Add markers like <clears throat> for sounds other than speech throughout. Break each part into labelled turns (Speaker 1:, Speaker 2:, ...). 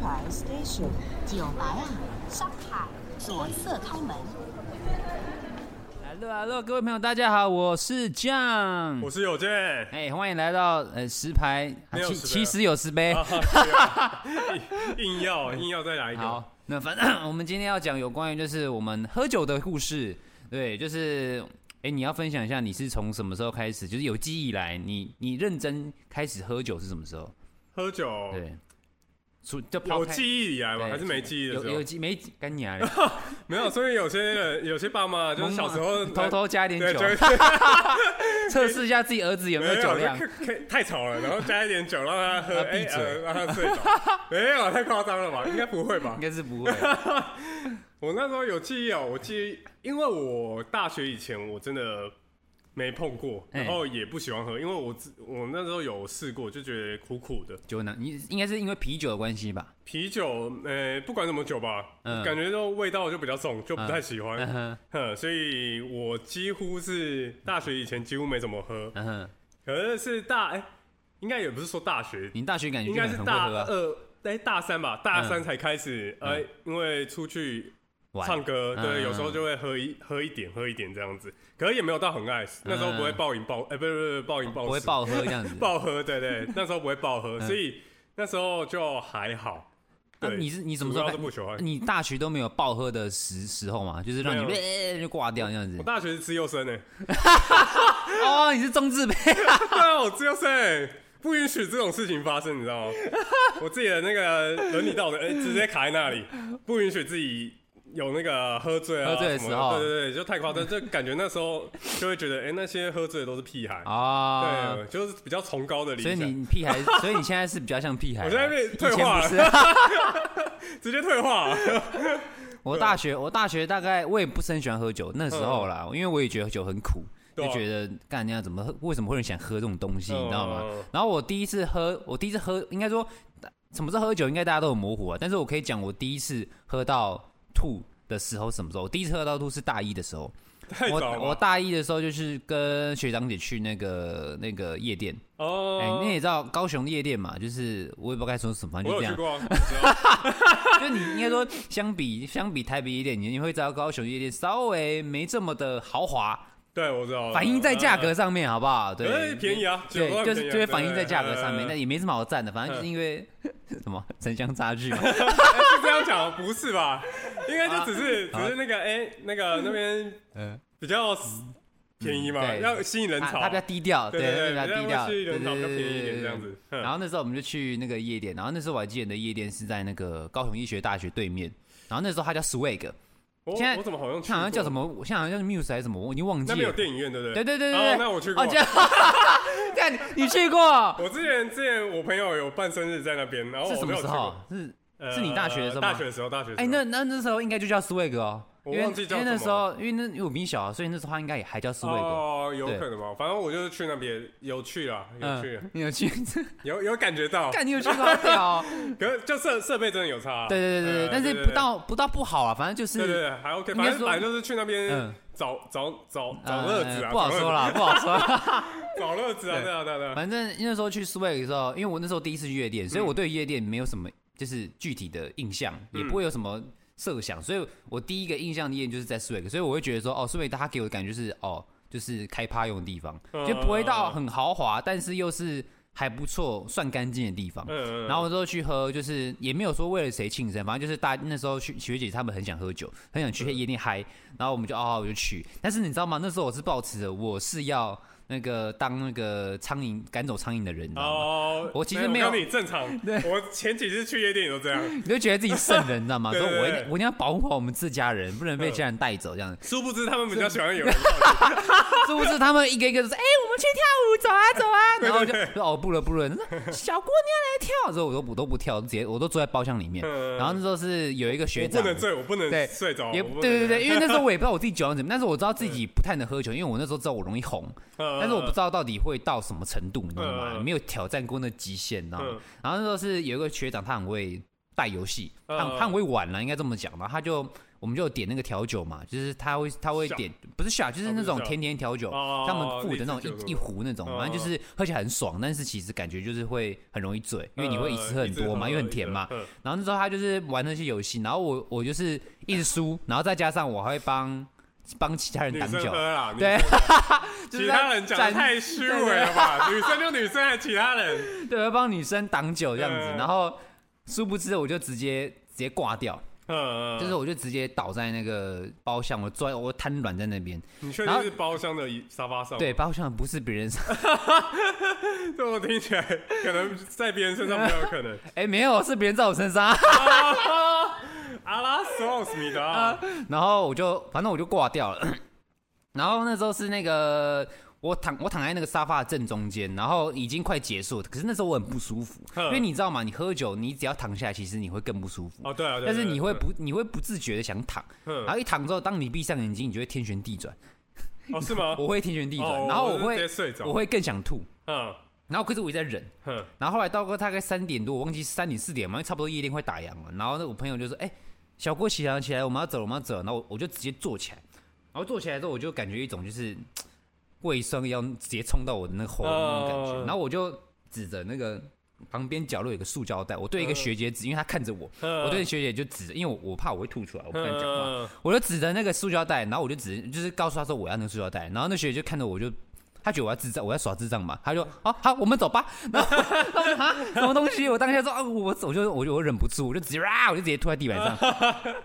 Speaker 1: 牌 Station 九白啊，上海左侧开门。
Speaker 2: Hello Hello，各位朋友，大家好，我是酱
Speaker 3: 我。是有健。
Speaker 2: <laughs> 哎、欢迎来到呃石牌，啊
Speaker 3: 没有
Speaker 2: 其
Speaker 3: 石牌啊
Speaker 2: 其实有石碑。
Speaker 3: 啊对
Speaker 2: <laughs>
Speaker 3: 啊硬硬要硬要再来一个，
Speaker 2: 好，那反 <coughs> 正我们今天要讲有关于就是我们喝酒的故事。对，就是哎、你要分享一下你是从什么时候开始，就是有记忆以来，你你认真开始喝酒是什么时候？
Speaker 3: 喝酒
Speaker 2: 对，除就抛
Speaker 3: 哦有
Speaker 2: 开
Speaker 3: 记忆以来吗？
Speaker 2: 对
Speaker 3: 还是没记忆的
Speaker 2: 有
Speaker 3: 时
Speaker 2: 有
Speaker 3: 候？
Speaker 2: 记没干你啊？
Speaker 3: 没有，所以有些人有些爸妈就是 <laughs> 小时候
Speaker 2: 啊 <laughs> 偷偷加一点
Speaker 3: 对
Speaker 2: 酒 <laughs>
Speaker 3: 就， <laughs> 是
Speaker 2: 测试一下自己儿子有没有酒量。
Speaker 3: 就可可太吵了，然后加一点酒让他喝，
Speaker 2: <laughs> 啊闭
Speaker 3: 哎
Speaker 2: 嘴
Speaker 3: 呃让他睡着，没有太夸张了吧？应该不会吧
Speaker 2: 应？该是不会，
Speaker 3: 我那时候有记忆哦，我记忆，因为我大学以前我真的没碰过，
Speaker 2: 哎
Speaker 3: 然后也不喜欢喝，因为我自我那时候有试过，就觉得苦苦的。
Speaker 2: 酒呢？你应该是因为啤酒的关系吧？
Speaker 3: 啤酒，呃，不管什么酒吧，
Speaker 2: 嗯
Speaker 3: 感觉都味道就比较重，就不太喜欢。
Speaker 2: 嗯哼，
Speaker 3: 哼，所以我几乎是大学以前几乎没怎么喝，
Speaker 2: 嗯哼，
Speaker 3: 可是是大，哎、应该也不是说大学，
Speaker 2: 你大学感觉
Speaker 3: 应
Speaker 2: 就
Speaker 3: 该
Speaker 2: 很
Speaker 3: 是
Speaker 2: 很会
Speaker 3: 大
Speaker 2: 喝、
Speaker 3: 二
Speaker 2: 啊，、嗯
Speaker 3: 哎、大三吧，大三才开始，呃，因为出去
Speaker 2: 玩
Speaker 3: 唱歌，
Speaker 2: 嗯
Speaker 3: 对，有时候就会喝一喝一点，喝一点这样子，可是也没有到很爱，那时候不会暴饮暴，哎、不不不，暴饮暴食，
Speaker 2: 嗯不会爆喝这样子。
Speaker 3: <laughs> 暴喝，对对，那时候不会暴
Speaker 2: 嗯
Speaker 3: 喝，所以那时候就还好。
Speaker 2: 那
Speaker 3: 对，
Speaker 2: 啊你是你什么时候
Speaker 3: 主
Speaker 2: 开
Speaker 3: 要是不喜欢？
Speaker 2: 你大学都没有爆喝的时时候嘛？就是让你
Speaker 3: 没有
Speaker 2: 呃就挂掉这样子
Speaker 3: 我。大学是自由生呢、欸
Speaker 2: 哦，你是中字辈，
Speaker 3: <laughs> 对啊，我自由生、欸，不允许这种事情发生，你
Speaker 2: <laughs>
Speaker 3: 知道吗？我自己的那个伦理道德，哎、直接卡在那里，不允许自己有那个喝醉啊
Speaker 2: 喝醉的
Speaker 3: 什
Speaker 2: 时
Speaker 3: 么
Speaker 2: 候
Speaker 3: 对对对，就太夸张，就感觉那时候就会觉得，哎、那些喝醉的都是屁孩，
Speaker 2: 哦，
Speaker 3: 对，就是比较崇高的理
Speaker 2: 所以
Speaker 3: 想，
Speaker 2: 你你屁孩，所以你现在是比较像屁孩啊。
Speaker 3: 我现在被退
Speaker 2: 以前
Speaker 3: 化
Speaker 2: 不
Speaker 3: 了
Speaker 2: 是。啊 <laughs>
Speaker 3: 直接退化、
Speaker 2: 我
Speaker 3: 啊
Speaker 2: 大学，我大学大概我也不是很喜欢喝酒，那时候啦，因为我也觉得酒很苦，
Speaker 3: 嗯对
Speaker 2: 就
Speaker 3: 啊
Speaker 2: 觉得干人家怎么喝，为什么会有人想喝这种东西，
Speaker 3: 嗯
Speaker 2: 你知道吗
Speaker 3: 嗯嗯？
Speaker 2: 然后我第一次喝，我第一次喝，应该说什么是喝酒，应该大家都很模糊啊，但是我可以讲我第一次喝到吐的时候什么时候？我第一次喝到吐是大一的时候，
Speaker 3: <laughs> 太
Speaker 2: 我
Speaker 3: 早了吧。
Speaker 2: 我大一的时候就是跟学长姐去那个那个夜店，
Speaker 3: 哦，
Speaker 2: 哎、你也知道高雄夜店嘛，就是我也不知道该说什么，反正
Speaker 3: 我
Speaker 2: 就
Speaker 3: 有
Speaker 2: 这样
Speaker 3: 去。过啊，我知道
Speaker 2: 就你应该说，相比相比台北夜店，你你会知道高雄夜店稍微没这么的豪华，
Speaker 3: 对，我知道。
Speaker 2: 反映在价格
Speaker 3: 嗯，
Speaker 2: 上面，好不好？对，
Speaker 3: 哎便宜啊
Speaker 2: 对
Speaker 3: 酒都，很
Speaker 2: 就
Speaker 3: 便
Speaker 2: 是
Speaker 3: 宜啊
Speaker 2: 就会反映在价格上面，
Speaker 3: 对嗯
Speaker 2: 那也没什么好赞的，反正就是因
Speaker 3: <laughs>
Speaker 2: 为什么城乡差距嘛。
Speaker 3: 哎是这样讲，不是吧？应该就只是只是那个哎，那个那边
Speaker 2: 啊嗯，
Speaker 3: 比较便宜嘛，
Speaker 2: 对
Speaker 3: 要吸引人
Speaker 2: 它
Speaker 3: 潮
Speaker 2: 它。比较低调，
Speaker 3: 对对
Speaker 2: 它比较低
Speaker 3: 比
Speaker 2: 调，
Speaker 3: 较
Speaker 2: 对
Speaker 3: 吸引
Speaker 2: 对
Speaker 3: 人潮，
Speaker 2: 对
Speaker 3: 比较便宜一
Speaker 2: 对
Speaker 3: 点
Speaker 2: 对
Speaker 3: 这样子。
Speaker 2: 然
Speaker 3: 嗯
Speaker 2: 后那时候我们就去那个夜店，然后那时候我还记得你的夜店是在那个高雄医学大学对面，然后那时候它叫 Swag，
Speaker 3: 我
Speaker 2: 现在
Speaker 3: 我怎么好像哦去
Speaker 2: 它好像叫什
Speaker 3: 过？
Speaker 2: 么，我现在好像叫 Muse 还是什么，我已经忘记
Speaker 3: 那边有
Speaker 2: 了。
Speaker 3: 电影院，对不对？
Speaker 2: 对对对对对，
Speaker 3: 哦那我去过
Speaker 2: 哦，。这样， <laughs> 看你你去过
Speaker 3: 我之前之前我朋友有办生日在那边，然后
Speaker 2: 是什
Speaker 3: 我没
Speaker 2: 么
Speaker 3: 有
Speaker 2: 时
Speaker 3: 去
Speaker 2: 候
Speaker 3: 过。？
Speaker 2: 是
Speaker 3: 呃
Speaker 2: 是你大学的时候吗？
Speaker 3: 大学的时候，大学的时候。
Speaker 2: 哎，那那那时候应该就叫 Swag 哦，因
Speaker 3: 我
Speaker 2: 为
Speaker 3: 忘记叫
Speaker 2: 因为那
Speaker 3: 什么
Speaker 2: 时候因为那因为我比你小啊，所以那时候他应该也还叫 Swag。
Speaker 3: 哦，有
Speaker 2: 对
Speaker 3: 可能吧。反正我就是去那边，有去啦，有去，
Speaker 2: 嗯，你有去？ <laughs>
Speaker 3: 有有感觉到。
Speaker 2: 看你有
Speaker 3: <laughs>
Speaker 2: 去过好屌哦！
Speaker 3: 可是就设设备真的有差啊、
Speaker 2: 对对对对对，
Speaker 3: 呃
Speaker 2: 但是不。到不到不好啊，反正就
Speaker 3: 对对对
Speaker 2: 是
Speaker 3: 对，还 OK，
Speaker 2: 应该
Speaker 3: 反正
Speaker 2: 说
Speaker 3: 反正就是去那边
Speaker 2: 嗯
Speaker 3: 找找找找
Speaker 2: 呃
Speaker 3: 乐子啊，
Speaker 2: 不好
Speaker 3: 找乐
Speaker 2: 说啦，不好说。
Speaker 3: 子，找乐子啊，
Speaker 2: 对
Speaker 3: 对啊对啊对啊，
Speaker 2: 反正那时候去 Swag 的时候，因为我那时候第一次去夜店，所以我对夜店没有什么就是具体的印象，也不会有什么设想，所以我第一个印象的夜店就是在 Swag，所以我会觉得说，哦，Swag 它给我的感觉就是哦，就是开趴用的地方，
Speaker 3: 嗯
Speaker 2: 就不会到很豪华，但是又是还不错、算干净的地方。
Speaker 3: 嗯嗯
Speaker 2: 然后我之后去喝，就是也没有说为了谁庆生，反正就是大那时候学学姐她们很想喝酒，很想
Speaker 3: 嗯
Speaker 2: 去夜店嗨，然后我们就哦我就去。但是你知道吗？那时候我是抱持着我是要那个当那个苍蝇赶走苍蝇的人，你知道吗？
Speaker 3: 哦，
Speaker 2: 我其实没
Speaker 3: 没
Speaker 2: 有
Speaker 3: 跟你正常，我前几次去夜店也都这样，
Speaker 2: <laughs> 你就觉得自己圣人，你知
Speaker 3: <laughs>
Speaker 2: 道吗？
Speaker 3: 对
Speaker 2: 说
Speaker 3: 对
Speaker 2: 我一
Speaker 3: 对嗯
Speaker 2: 定我一定要保护好我们自家人，不能被家人带走这样。
Speaker 3: 殊不知他们比较喜欢
Speaker 2: <laughs>
Speaker 3: 有人，
Speaker 2: 殊不知他们一个一个都说：“哎、我们去跳舞，走啊
Speaker 3: <laughs>
Speaker 2: 走啊！”然后我就说：“哦，不了不了，那小姑娘来跳。”之后我都我都不跳，直接我都坐在包厢里面。
Speaker 3: <laughs> 嗯
Speaker 2: 然后那时候是有一个学
Speaker 3: 我
Speaker 2: 长
Speaker 3: 不，能醉，我不
Speaker 2: 对
Speaker 3: 能睡着，
Speaker 2: 也
Speaker 3: 我不能
Speaker 2: 对对对，因为那时候我也不知道我自己酒量怎么样，但是我知道自己不太能喝酒，因为我那时候知道我容易红，
Speaker 3: 嗯
Speaker 2: 但是我不知道到底会到什么程度，你懂吗？
Speaker 3: 嗯
Speaker 2: 没有挑战过那极限，你知道吗
Speaker 3: 嗯？
Speaker 2: 然后那时候是有一个学长，他很会带游戏，他很
Speaker 3: 嗯
Speaker 2: 他很会玩了，应该这么讲吧？他就我们就有点那个调酒嘛，就是他会他会
Speaker 3: 下
Speaker 2: 点不是下，就是
Speaker 3: 哦
Speaker 2: 那
Speaker 3: 不是
Speaker 2: 种
Speaker 3: 下
Speaker 2: 甜甜调酒，
Speaker 3: 哦
Speaker 2: 他们附
Speaker 3: 荔
Speaker 2: 的
Speaker 3: 枝
Speaker 2: 那
Speaker 3: 酒
Speaker 2: 种
Speaker 3: 什
Speaker 2: 一一
Speaker 3: 么
Speaker 2: 壶那种，
Speaker 3: 哦
Speaker 2: 反正就是喝起来很爽，但是其实感觉就是会很容易醉，因为你会一次喝很多嘛，因为很甜嘛。
Speaker 3: 嗯
Speaker 2: 然后那时候他就是玩那些游戏，然后我我就是一直
Speaker 3: <laughs>
Speaker 2: 输，然后再加上我还会帮帮其他人
Speaker 3: 女
Speaker 2: 挡
Speaker 3: 生
Speaker 2: 酒
Speaker 3: 喝，啦，女
Speaker 2: 对， <laughs> 就
Speaker 3: 其
Speaker 2: 是
Speaker 3: 他
Speaker 2: 在
Speaker 3: 人讲的
Speaker 2: 站
Speaker 3: 太虚伪了吧？女生就女生，还其他人
Speaker 2: 对，会帮女生挡酒这样子，
Speaker 3: 嗯
Speaker 2: 然后殊不知我就直接直接挂掉，
Speaker 3: 嗯，嗯
Speaker 2: 就是我就直接倒在那个包厢，我坐在我瘫软在那边，
Speaker 3: 你确
Speaker 2: 然
Speaker 3: 定
Speaker 2: 后
Speaker 3: 是包厢的一沙发上？
Speaker 2: 对，，包厢不是别人，
Speaker 3: <laughs> 这我听起来可能在别人身上没有可
Speaker 2: <laughs>
Speaker 3: 能。
Speaker 2: <laughs> 哎、没有，是别人在我身上， <laughs>
Speaker 3: 阿拉索斯米达，
Speaker 2: 然后我就反正我就挂掉了， <clears throat> 然后那时候是那个。我躺我躺在那个沙发的正中间，然后已经快结束了，可是那时候我很不舒服，
Speaker 3: 哼
Speaker 2: 因为你知道吗？你喝酒，你只要躺下来，其实你会更不舒服。
Speaker 3: 哦对啊，对啊
Speaker 2: 但是你会，
Speaker 3: 对啊
Speaker 2: 不，你会不自觉的想躺，
Speaker 3: 嗯
Speaker 2: 然后一躺之后，当你闭上眼睛，你就会天旋地转。
Speaker 3: 哦是
Speaker 2: <laughs>
Speaker 3: 吗？
Speaker 2: 我会天旋地转，
Speaker 3: 哦
Speaker 2: 然后
Speaker 3: 我
Speaker 2: 我
Speaker 3: 是直接
Speaker 2: 会
Speaker 3: 睡着
Speaker 2: 我会更想吐，
Speaker 3: 嗯
Speaker 2: 然后可是我一直在忍。
Speaker 3: 哼，
Speaker 2: 然后后来到过大概三点多，我忘记三点四点嘛，因为差不多夜店快打烊了。然后呢，我朋友就说：“哎、小郭起来起来，我们要走了，我们要走了。”然后我我就直接坐起来，然后坐起来之后，我就感觉一种就是嘖胃酸要直接冲到我的那个喉咙那种感觉。
Speaker 3: 哦
Speaker 2: 然后我就指着那个旁边角落有个塑胶袋，我对一个
Speaker 3: 嗯
Speaker 2: 学姐指，因为她看着我，
Speaker 3: 嗯
Speaker 2: 我对学姐就指，因为我我怕我会吐出来，我不敢讲话。
Speaker 3: 嗯
Speaker 2: 我就指着那个塑胶袋，然后我就指，就是告诉他说我要那个塑胶袋，然后那学姐就看着我就，她觉得我要智障，我要耍智障嘛，她就哦好，我们走吧。 <laughs> 然后然后我就啊什么东西？我当下说啊我我就我就我忍不住，我就直接啊我就直接吐在地板上，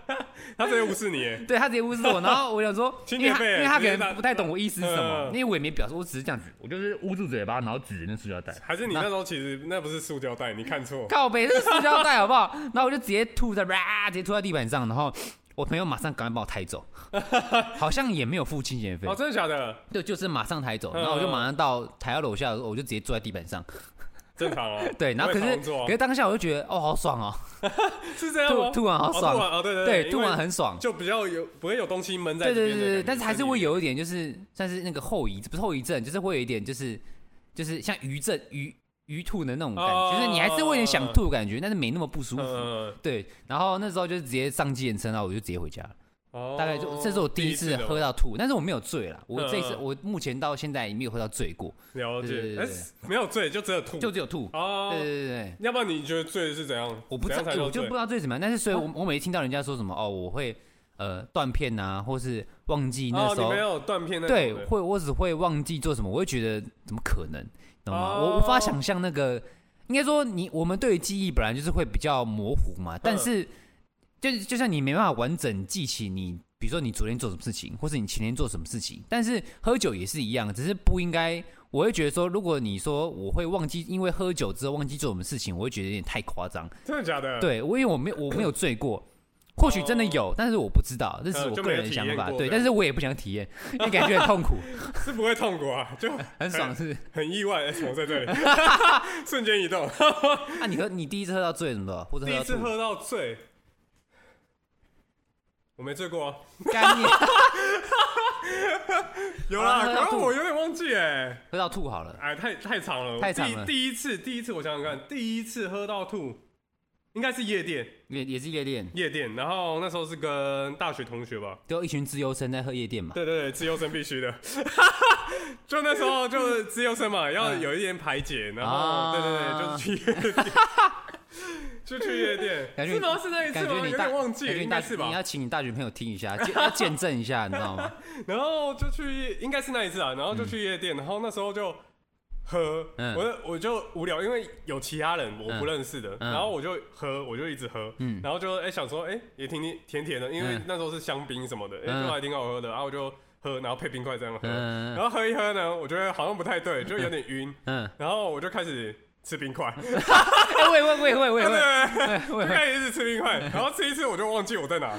Speaker 3: 嗯他直接无视你
Speaker 2: <laughs>
Speaker 3: 耶，
Speaker 2: 对她直接无视我，然后我想说，
Speaker 3: 清
Speaker 2: 因
Speaker 3: 洁
Speaker 2: 为她
Speaker 3: 费
Speaker 2: 因为她可
Speaker 3: 直接拿
Speaker 2: 能不太懂我意思是什么，
Speaker 3: 嗯
Speaker 2: 因为我也没表示，我只是这样子，我就是捂住嘴巴，然后指着那塑胶袋。
Speaker 3: 还是你那时候其实那不是塑胶袋，你看错。
Speaker 2: 靠北是塑胶袋好不好？然后我就直接吐在，啊，直接吐在地板上，然后我朋友马上赶快把我抬走，好像也没有付清洁费
Speaker 3: 哦，。真的假的？
Speaker 2: 对，就是马上抬
Speaker 3: 嗯
Speaker 2: 走，然后我就马上到抬到楼下，我就直接坐在地板上。
Speaker 3: 正常啊。
Speaker 2: <laughs> 对，然后可
Speaker 3: 我也
Speaker 2: 是
Speaker 3: 常做啊
Speaker 2: 可是当下我就觉得哦，好爽哦，
Speaker 3: 是这样吗
Speaker 2: 吐？吐完好
Speaker 3: 哦吐完
Speaker 2: 爽，
Speaker 3: 哦，对对
Speaker 2: 对，
Speaker 3: 对，
Speaker 2: 吐
Speaker 3: 因为
Speaker 2: 完很爽。
Speaker 3: 就比较有不会有东西闷在
Speaker 2: 对
Speaker 3: 这边
Speaker 2: 对
Speaker 3: 的
Speaker 2: 对
Speaker 3: 感觉
Speaker 2: 对，但是还是会。
Speaker 3: 身体里
Speaker 2: 有一点，就是算是那个后遗，不是后遗症，就是会有一点，就是就是像余症、余余吐的那种感
Speaker 3: 哦
Speaker 2: 觉，就是你还是会有点想吐的感觉，但是没那么不舒服。
Speaker 3: 嗯，
Speaker 2: 对，然后那时候就直接上计程车，然后我就直接回家了。
Speaker 3: 哦
Speaker 2: 大概就这是我第一次
Speaker 3: 的
Speaker 2: 喝到吐，但是我没有醉了。我这一次
Speaker 3: 哦嗯嗯
Speaker 2: 我目前到现在也没有喝到醉过，
Speaker 3: 了
Speaker 2: 对对
Speaker 3: 解，
Speaker 2: 对
Speaker 3: 哎，
Speaker 2: 对
Speaker 3: 没有醉就只有吐，
Speaker 2: 就只有吐。
Speaker 3: 哦
Speaker 2: 对，对对对。
Speaker 3: 要不然你觉得醉是怎样？
Speaker 2: 我不知道，
Speaker 3: 怎样才
Speaker 2: 欸
Speaker 3: 叫
Speaker 2: 我就
Speaker 3: 醉
Speaker 2: 不知道这是怎么样。但是，
Speaker 3: 啊
Speaker 2: 所以我我每次听到人家说什么哦，我会呃断片啊，或是忘记那
Speaker 3: 哦，
Speaker 2: 时
Speaker 3: 你
Speaker 2: 候，
Speaker 3: 没有断片那种
Speaker 2: 对
Speaker 3: 的，
Speaker 2: 会我只会忘记做什么，我会觉得怎么可能，懂吗？
Speaker 3: 哦
Speaker 2: 我无法想象那个。应该说你，我们对于记忆本来就是会比较模糊嘛，
Speaker 3: 嗯
Speaker 2: 但是就就像你没办法完整记起你，比如说你昨天做什么事情，或是你前天做什么事情，但是喝酒也是一样，只是不应该。我会觉得说，如果你说我会忘记，因为喝酒之后忘记做什么事情，我会觉得有点太夸张。
Speaker 3: 真的假的？，
Speaker 2: 对，我因为我没有我没有醉过，或许真的有，但是我不知道，这是
Speaker 3: 哦嗯
Speaker 2: 我
Speaker 3: 就
Speaker 2: 个
Speaker 3: 没有
Speaker 2: 人的
Speaker 3: 体
Speaker 2: 想
Speaker 3: 验
Speaker 2: 法。
Speaker 3: 过
Speaker 2: 对，
Speaker 3: 这样
Speaker 2: 但是我也不想体验，因为感觉很痛苦，
Speaker 3: 是不会痛苦啊，就
Speaker 2: 很
Speaker 3: <laughs>
Speaker 2: 爽是不是。
Speaker 3: 很意外，哎，怎么
Speaker 2: <laughs>
Speaker 3: 在这里？瞬间移动，
Speaker 2: 啊，你喝你第一次喝到醉怎么了？或者
Speaker 3: 第一
Speaker 2: 喝
Speaker 3: 次
Speaker 2: 到吐？
Speaker 3: 喝到醉，我没醉过啊，
Speaker 2: 干你
Speaker 3: 有
Speaker 2: 啊
Speaker 3: 啦，
Speaker 2: 喝
Speaker 3: 可
Speaker 2: 到
Speaker 3: 能
Speaker 2: 吐
Speaker 3: 我有点忘记哎，
Speaker 2: 喝到吐好了，
Speaker 3: 哎，太太长了，
Speaker 2: 太长了
Speaker 3: 第第一次，第一次我想想看，第一次喝到吐，应该是夜店，
Speaker 2: 也也是夜店，
Speaker 3: 夜店，然后那时候是跟大学同学吧，
Speaker 2: 都一群自由生在喝夜店嘛。
Speaker 3: 对对对，自由生必须
Speaker 2: <laughs>
Speaker 3: 的，就那时候就是自由生嘛，要有一点排解，然后
Speaker 2: 啊
Speaker 3: 对对对，就是去夜店，就去
Speaker 2: <laughs>
Speaker 3: 夜店，
Speaker 2: 感觉
Speaker 3: 是
Speaker 2: 你
Speaker 3: 吗？是那一次
Speaker 2: 感
Speaker 3: 吗？
Speaker 2: 觉你
Speaker 3: 有
Speaker 2: 大，
Speaker 3: 点忘
Speaker 2: 感
Speaker 3: 记，
Speaker 2: 觉你
Speaker 3: 应
Speaker 2: 大
Speaker 3: 该是
Speaker 2: 你
Speaker 3: 吧
Speaker 2: 要？请你大学朋友听一下，见要见证一下，你知道吗？
Speaker 3: 然后就去，应该是那一次啊，然后就去夜店，然后那时候就。喝，
Speaker 2: 嗯
Speaker 3: 我就我就无聊，因为有其他人我不认识的，
Speaker 2: 嗯
Speaker 3: 然后我就喝，我就一直喝，
Speaker 2: 嗯
Speaker 3: 然后就哎、想说哎、也挺挺甜甜的，因为
Speaker 2: 嗯
Speaker 3: 那时候是香槟什么的，哎、
Speaker 2: 嗯
Speaker 3: 就还挺好喝的，然后我就喝，然后配冰块这样喝，
Speaker 2: 嗯
Speaker 3: 然后喝一喝呢，我觉得好像不太对，就有点
Speaker 2: <laughs>
Speaker 3: 晕，
Speaker 2: 嗯，
Speaker 3: <laughs> 然后我就开始吃冰块，
Speaker 2: 哎喂喂喂喂喂喂
Speaker 3: 对，
Speaker 2: 喂
Speaker 3: 就
Speaker 2: 喂，
Speaker 3: 开始一直吃冰
Speaker 2: <laughs>
Speaker 3: 块，然后吃一次我就忘记我在哪。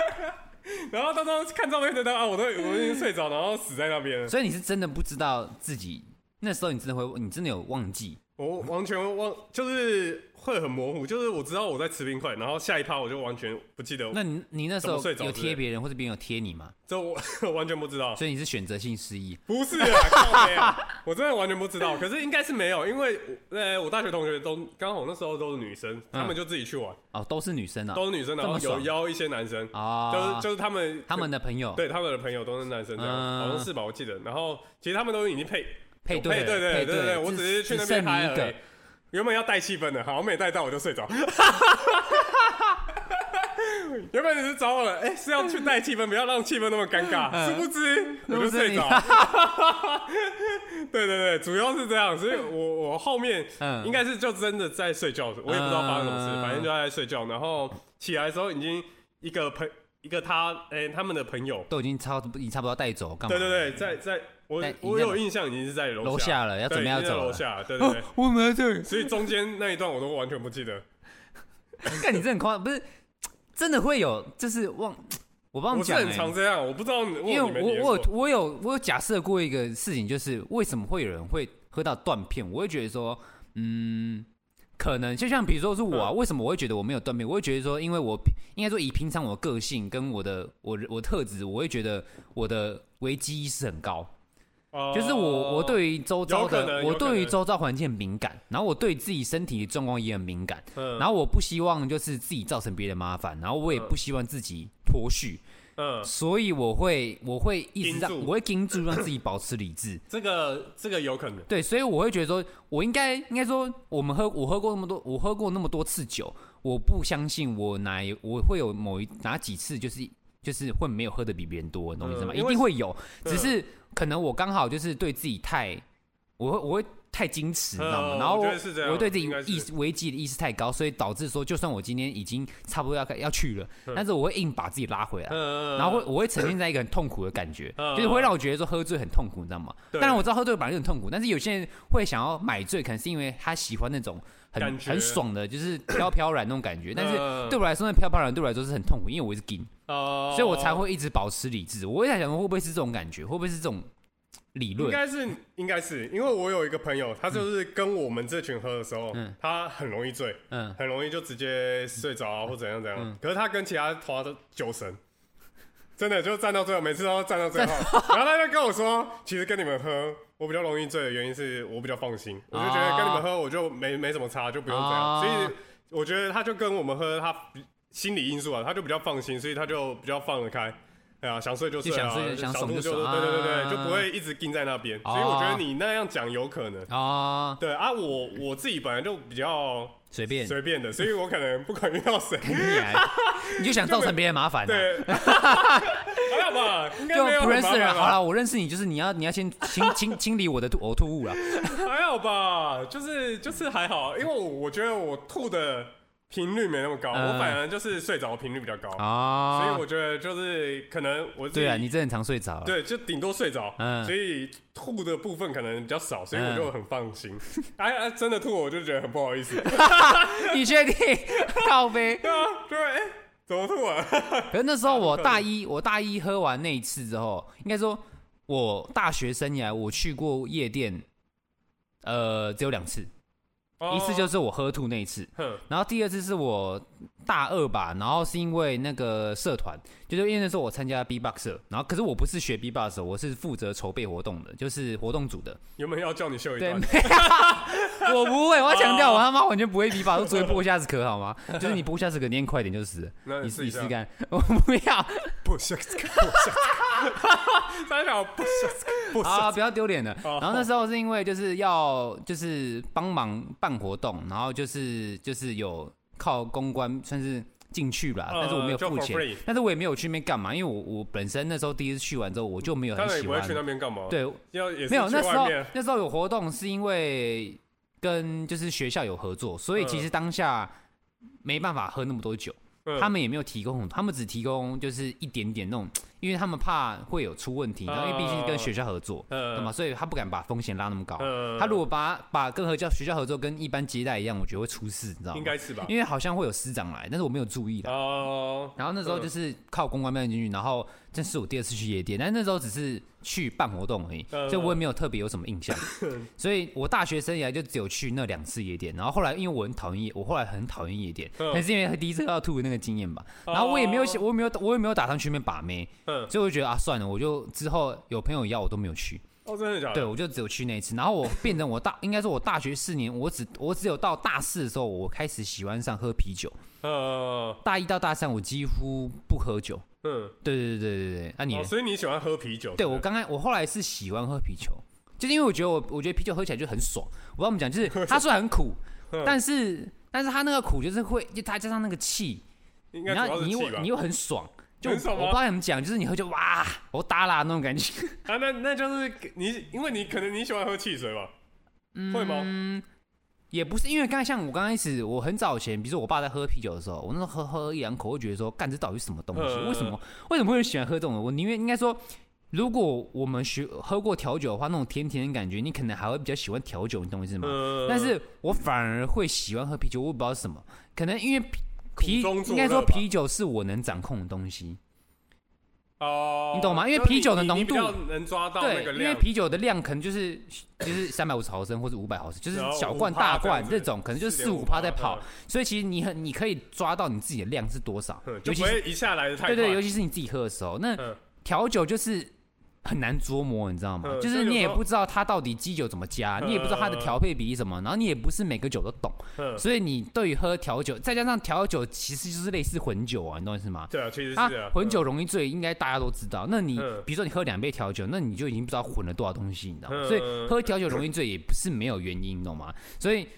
Speaker 3: <laughs> 然后到时候看照片的他啊，我都我已经睡着，然后死在那边了。
Speaker 2: 所以你是真的不知道自己。那时候你真的会，你真的有忘记，
Speaker 3: 我完全忘，就是会很模糊，就是我知道我在吃冰块，然后下一趴我就完全不记得，
Speaker 2: 那你你那时
Speaker 3: 怎
Speaker 2: 候
Speaker 3: 么睡着
Speaker 2: 有
Speaker 3: 之类
Speaker 2: 贴
Speaker 3: 的
Speaker 2: 别人或者别人有贴你吗？
Speaker 3: 这我 <laughs> 我完全不知道，
Speaker 2: 所以你是选择性失忆。
Speaker 3: 不
Speaker 2: <laughs>
Speaker 3: 是啊，靠背啊，我真的完全不知道，可是应该是没有，因为我呃我大学同学都刚好那时候都是女生，他们就自己去玩，
Speaker 2: 哦，都是女生啊，
Speaker 3: 都是女生，然后
Speaker 2: 嗯这么爽
Speaker 3: 有邀一些男生，就是
Speaker 2: 啊，
Speaker 3: 就是他们
Speaker 2: 他们的朋友
Speaker 3: 对他们的朋友都是男生，这样
Speaker 2: 嗯
Speaker 3: 好像是吧？我记得。然后其实他们都已经配
Speaker 2: 配对
Speaker 3: 对对
Speaker 2: 了
Speaker 3: 对
Speaker 2: 配
Speaker 3: 对
Speaker 2: 对
Speaker 3: 对，
Speaker 2: 了，
Speaker 3: 我只是去那
Speaker 2: 剩
Speaker 3: 边
Speaker 2: 你
Speaker 3: 嗨
Speaker 2: 一
Speaker 3: 而
Speaker 2: 个
Speaker 3: 已。原本要带气氛的，好像没带到，我就
Speaker 2: <laughs>
Speaker 3: 睡着。原本只是找我了，哎、是要去带气氛，不要让气氛那么尴尬。
Speaker 2: 嗯
Speaker 3: 殊不
Speaker 2: <laughs>
Speaker 3: 知我就睡着。对对对，主要是这样，所以我我后面
Speaker 2: 嗯
Speaker 3: 应该是就真的在睡觉，我也不知道发生什么事，
Speaker 2: 嗯
Speaker 3: 反正就在睡觉。然后起来的时候已经一个朋一个他哎、他们的朋友
Speaker 2: 都已经差不你差不多要带走，干嘛？
Speaker 3: 对对对，在在我
Speaker 2: 在
Speaker 3: 我
Speaker 2: 已经
Speaker 3: 有
Speaker 2: 在
Speaker 3: 印象已经是在楼
Speaker 2: 楼下了要
Speaker 3: 对
Speaker 2: 准备要
Speaker 3: 已经在
Speaker 2: 走
Speaker 3: 楼
Speaker 2: 了
Speaker 3: 下，
Speaker 2: <laughs>
Speaker 3: 对对对
Speaker 2: 啊。我们在这里。
Speaker 3: 所以中间那一段我都完全不记得，
Speaker 2: <laughs> 看你真的很夸张，不是真的会有，就是忘，我帮
Speaker 3: 我
Speaker 2: 你
Speaker 3: 是
Speaker 2: 讲、
Speaker 3: 很
Speaker 2: 欸
Speaker 3: 常。这样，我不知道你
Speaker 2: 因为
Speaker 3: 你们体验
Speaker 2: 我我有
Speaker 3: 过
Speaker 2: 我有我有假设过一个事情，就是为什么会有人会喝到断片？我会觉得说，嗯，可能就像比如说是我啊，
Speaker 3: 嗯
Speaker 2: 为什么我会觉得我没有断片？我会觉得说，因为我应该说以平常我的个性跟我的我的我的特质，我会觉得我的危机意识很高。
Speaker 3: 哦
Speaker 2: 就是我我对于周遭
Speaker 3: 有可能
Speaker 2: 的，
Speaker 3: 有
Speaker 2: 我
Speaker 3: 可能
Speaker 2: 对于周遭环境很敏感，然后我对自己身体的状况也很敏感，
Speaker 3: 嗯
Speaker 2: 然后我不希望就是自己造成别人麻烦，然后我也
Speaker 3: 嗯
Speaker 2: 不希望自己脱序，
Speaker 3: 嗯，
Speaker 2: 所以我会我会一直
Speaker 3: 盯
Speaker 2: 让
Speaker 3: 住
Speaker 2: 我会盯住让自己保持理智。
Speaker 3: 这个这个有可能，嗯
Speaker 2: 对，所以我会觉得说，我应该应该说，我们喝我喝过那么多，我喝过那么多次酒，我不相信我哪一我会有某一哪几次就是就是会没有喝的比别人多，你懂我意思吗？
Speaker 3: 嗯
Speaker 2: 一
Speaker 3: 因为
Speaker 2: 定会有，
Speaker 3: 嗯
Speaker 2: 只是可能我刚好就是对自己太，我会我会太矜持，你知道吗？
Speaker 3: 嗯
Speaker 2: 然后
Speaker 3: 我
Speaker 2: 我
Speaker 3: 觉得是这样
Speaker 2: 我对自己
Speaker 3: 应该是
Speaker 2: 意识危机的意识太高，所以导致说，就算我今天已经差不多要要去了，
Speaker 3: 嗯
Speaker 2: 但是我会硬把自己拉回来。
Speaker 3: 嗯，
Speaker 2: 然后会我会沉浸在一个很痛苦的感觉，
Speaker 3: 嗯
Speaker 2: 就是会让我觉得说喝醉很痛苦，你知道吗？
Speaker 3: 对
Speaker 2: 当然我知道喝醉本来就很痛苦，但是有些人会想要买醉，可能是因为他喜欢那种
Speaker 3: 感
Speaker 2: 很
Speaker 3: 觉
Speaker 2: 很爽的，就是飘飘然那种感觉。但是
Speaker 3: 嗯
Speaker 2: 对我来说，那飘飘然对我来说是很痛苦，因为我一直紧，
Speaker 3: 哦
Speaker 2: 所以我才会一直保持理智。我也在想说会不会是这种感觉，会不会是这种理
Speaker 3: 应
Speaker 2: 论？
Speaker 3: 该是应该是，因为我有一个朋友，他就是跟我们这群喝的时候，
Speaker 2: 嗯
Speaker 3: 他很容易醉，
Speaker 2: 嗯，
Speaker 3: 很容易就直接睡着啊，或怎样怎样。可是他跟其他团都
Speaker 2: <laughs>
Speaker 3: 酒神，真的就站到最后，每次都站到最后。然后他就跟我说，其实跟你们喝，我比较容易醉的原因是我比较放
Speaker 2: 啊
Speaker 3: 心，我就觉得跟你们喝我就没没什么差，就不用这样。
Speaker 2: 哦
Speaker 3: 所以我觉得他就跟我们喝，他比心理因素啊，他就比较放心，所以他就比较放得开。哎呀，想睡就睡啊，
Speaker 2: 就想睡就想
Speaker 3: 想
Speaker 2: 爽
Speaker 3: 吐
Speaker 2: 就
Speaker 3: 就
Speaker 2: 爽
Speaker 3: 对对对对，
Speaker 2: 啊
Speaker 3: 就不会一直盯在那边。
Speaker 2: 哦
Speaker 3: 所以我觉得你那样讲有可能。
Speaker 2: 哦，
Speaker 3: 对啊，我我自己本来就比较
Speaker 2: 随便，<laughs>
Speaker 3: 随便的，所以我可能不管遇到谁，
Speaker 2: 你来，你就想造成别人麻烦啊，<laughs>
Speaker 3: <laughs> 对，还好吧， <laughs> 应该
Speaker 2: 就
Speaker 3: 没有
Speaker 2: 不认识的人
Speaker 3: 很麻
Speaker 2: 好
Speaker 3: 烦吧啊
Speaker 2: 了，我认识你就是你要你要先清清清理我的吐呕吐物了。
Speaker 3: 还好吧，就是就是还好，因为我我觉得我吐的频率没那么高，
Speaker 2: 嗯
Speaker 3: 我反而就是睡着的频率比较高，
Speaker 2: 啊，
Speaker 3: <laughs> 所以我觉得就是可能我自己
Speaker 2: 对啊，你真的很常睡着了。
Speaker 3: 对就顶多睡着，
Speaker 2: 嗯
Speaker 3: 所以吐的部分可能比较少，所以我就很放心。哎哎，真的吐我就觉得很不好意思，
Speaker 2: <laughs> 你确定？靠杯。
Speaker 3: 对啊，就是哎怎么吐啊？
Speaker 2: 可是那时候我大一，我大一喝完那一次之后，应该说我大学生涯我去过夜店，呃，只有两次，
Speaker 3: 哦
Speaker 2: 一次就是我喝吐那一次。
Speaker 3: 哼
Speaker 2: 然后第二次是我大二吧，然后是因为那个社团，就是因为那时候我参加 B box 社，然后可是我不是学 B box，我是负责筹备活动的，就是活动组的。
Speaker 3: 原本要叫你秀一
Speaker 2: 对，
Speaker 3: 段
Speaker 2: 没，有， <laughs> 我不会，我要强
Speaker 3: 哦
Speaker 2: 调，我他妈完全不会比法，都只会剥下子壳，好
Speaker 3: <laughs>
Speaker 2: 吗？就是你剥下子壳念快一点就死了，
Speaker 3: 那
Speaker 2: 你
Speaker 3: 你试
Speaker 2: 你
Speaker 3: 一
Speaker 2: 试
Speaker 3: 下
Speaker 2: 试看， <laughs> 我不要
Speaker 3: 不下次，不下次，三小不下次，不下
Speaker 2: 啊，
Speaker 3: 次。
Speaker 2: 不要丢脸了。
Speaker 3: 哦
Speaker 2: 然后那时候是因为就是要就是帮忙办活动，然后就是就是有靠公关算是。进去了，
Speaker 3: 嗯
Speaker 2: 但是我没有
Speaker 3: 就
Speaker 2: 付
Speaker 3: for
Speaker 2: 钱
Speaker 3: free，
Speaker 2: 但是我也没有去那边干嘛，因为我我本身那时候第一次去完之后，我就没有
Speaker 3: 当
Speaker 2: 很
Speaker 3: 然也
Speaker 2: 喜
Speaker 3: 不会
Speaker 2: 欢。
Speaker 3: 去那边干嘛？，
Speaker 2: 对，
Speaker 3: 要也是
Speaker 2: 没有，
Speaker 3: 去
Speaker 2: 那时
Speaker 3: 外
Speaker 2: 候
Speaker 3: 面。
Speaker 2: 那时候有活动是因为跟就是学校有合作，所以其实当下没办法喝那么多酒，
Speaker 3: 嗯
Speaker 2: 他们也没有提供很，他们只提供就是一点点那种，因为他们怕会有出问题，然后因为毕竟跟学校合作，
Speaker 3: 嗯
Speaker 2: 对嘛，所以他不敢把风险拉那么高
Speaker 3: 嗯。
Speaker 2: 他如果把把跟合教学校合作跟一般接待一样，我觉得会出事，你知道吗
Speaker 3: 应？该是吧？
Speaker 2: 因为好像会有师长来，但是我没有注意啦。
Speaker 3: 哦，嗯
Speaker 2: 然后那时候就是靠公关办进去，然后这是我第二次去夜店，但那时候只是去办活动而已，
Speaker 3: 嗯
Speaker 2: 所以我也没有特别有什么印
Speaker 3: <laughs>
Speaker 2: 象。所以我大学生涯就只有去那两次夜店，然后后来因为我很讨厌夜，我后来很讨厌夜店，
Speaker 3: 嗯哦
Speaker 2: 还是因为第一次要吐的那个经验吧。然后我也没有想，我也没有，我也没有打算去那边把妹，
Speaker 3: 嗯，
Speaker 2: 所以我就觉得啊，算了，我就之后有朋友邀我都没有去。
Speaker 3: 哦，真的假的？
Speaker 2: 对，我就只有去那一次，然后我变成我大， <laughs> 应该说我大学四年，我只我只有到大四的时候，我开始喜欢上喝啤酒。
Speaker 3: 呃，
Speaker 2: 大一到大三我几乎不喝酒。
Speaker 3: 嗯，
Speaker 2: 对对对对对对，那、你呢、
Speaker 3: 哦，所以你喜欢喝啤酒？
Speaker 2: 对
Speaker 3: 不
Speaker 2: 我刚刚我后来是喜欢喝啤酒，就是因为我觉得我我觉得啤酒喝起来就很爽。我跟我们讲，就是它虽然很苦，但是但是它那个苦就是会，就它加上那个气，
Speaker 3: 应该
Speaker 2: 然
Speaker 3: 主要
Speaker 2: 后
Speaker 3: 是
Speaker 2: 你
Speaker 3: 气
Speaker 2: 又
Speaker 3: 吧
Speaker 2: 你？又很爽。就我
Speaker 3: 很爽吗
Speaker 2: 我不知道怎么讲，就是你喝酒哇，我打啦那种感觉，
Speaker 3: 啊，那那就是你，因为你可能你喜欢喝汽水吧？会吗？
Speaker 2: 也不是因为刚才像我刚开始，我很早以前，比如说我爸在喝啤酒的时候，我那时候喝喝一两口，会觉得说，干这到底是什么东西？
Speaker 3: 嗯
Speaker 2: 为什么为什么会有人喜欢喝这种的？我宁愿应该说，如果我们学喝过调酒的话，那种甜甜的感觉，你可能还会比较喜欢调酒，你懂我意思吗？
Speaker 3: 嗯
Speaker 2: 但是我反而会喜欢喝啤酒，我也不知道是什么，可能因为啤啤
Speaker 3: 苦中
Speaker 2: 应
Speaker 3: 作乐
Speaker 2: 该说
Speaker 3: 吧
Speaker 2: 啤酒是我能掌控的东西，
Speaker 3: 哦，
Speaker 2: 你懂吗因为
Speaker 3: 就是
Speaker 2: 啤酒的
Speaker 3: 你你
Speaker 2: 浓度
Speaker 3: 比较能抓到那
Speaker 2: 对
Speaker 3: 个，
Speaker 2: 因为
Speaker 3: 量，
Speaker 2: 啤酒的量可能就是就是三百五十毫升或者五百毫升，就是
Speaker 3: 然后
Speaker 2: 小
Speaker 3: 5%
Speaker 2: 罐
Speaker 3: 这
Speaker 2: 大
Speaker 3: 样
Speaker 2: 罐
Speaker 3: 子
Speaker 2: 这种，可能就是四五趴在跑
Speaker 3: 嗯，
Speaker 2: 所以其实你很你可以抓到你自己的量是多少
Speaker 3: 嗯，就
Speaker 2: 尤其是
Speaker 3: 不会一下来的太快。
Speaker 2: 对对，尤其是你自己喝的时候，那
Speaker 3: 嗯
Speaker 2: 调酒就是很难捉摸，你知道吗？
Speaker 3: 嗯
Speaker 2: 就是
Speaker 3: 就有
Speaker 2: 你也
Speaker 3: 时候
Speaker 2: 不知道它到底基酒怎么加，你也不知道它的
Speaker 3: 嗯嗯
Speaker 2: 调配比例什么，然后你也不是每个酒都懂，
Speaker 3: 嗯
Speaker 2: 所以你对于喝调酒，再加上调酒其实就是类似混酒啊，你懂我意思吗？
Speaker 3: 对啊，其实是
Speaker 2: 啊
Speaker 3: 啊，，
Speaker 2: 混酒容易醉，应该大家都知道。那你
Speaker 3: 嗯
Speaker 2: 比如说你喝两杯调酒，那你就已经不知道混了多少东西，你知道吗？
Speaker 3: 嗯
Speaker 2: 所以喝调酒容易醉也不是没有原因，你懂
Speaker 3: <laughs>
Speaker 2: 吗？所以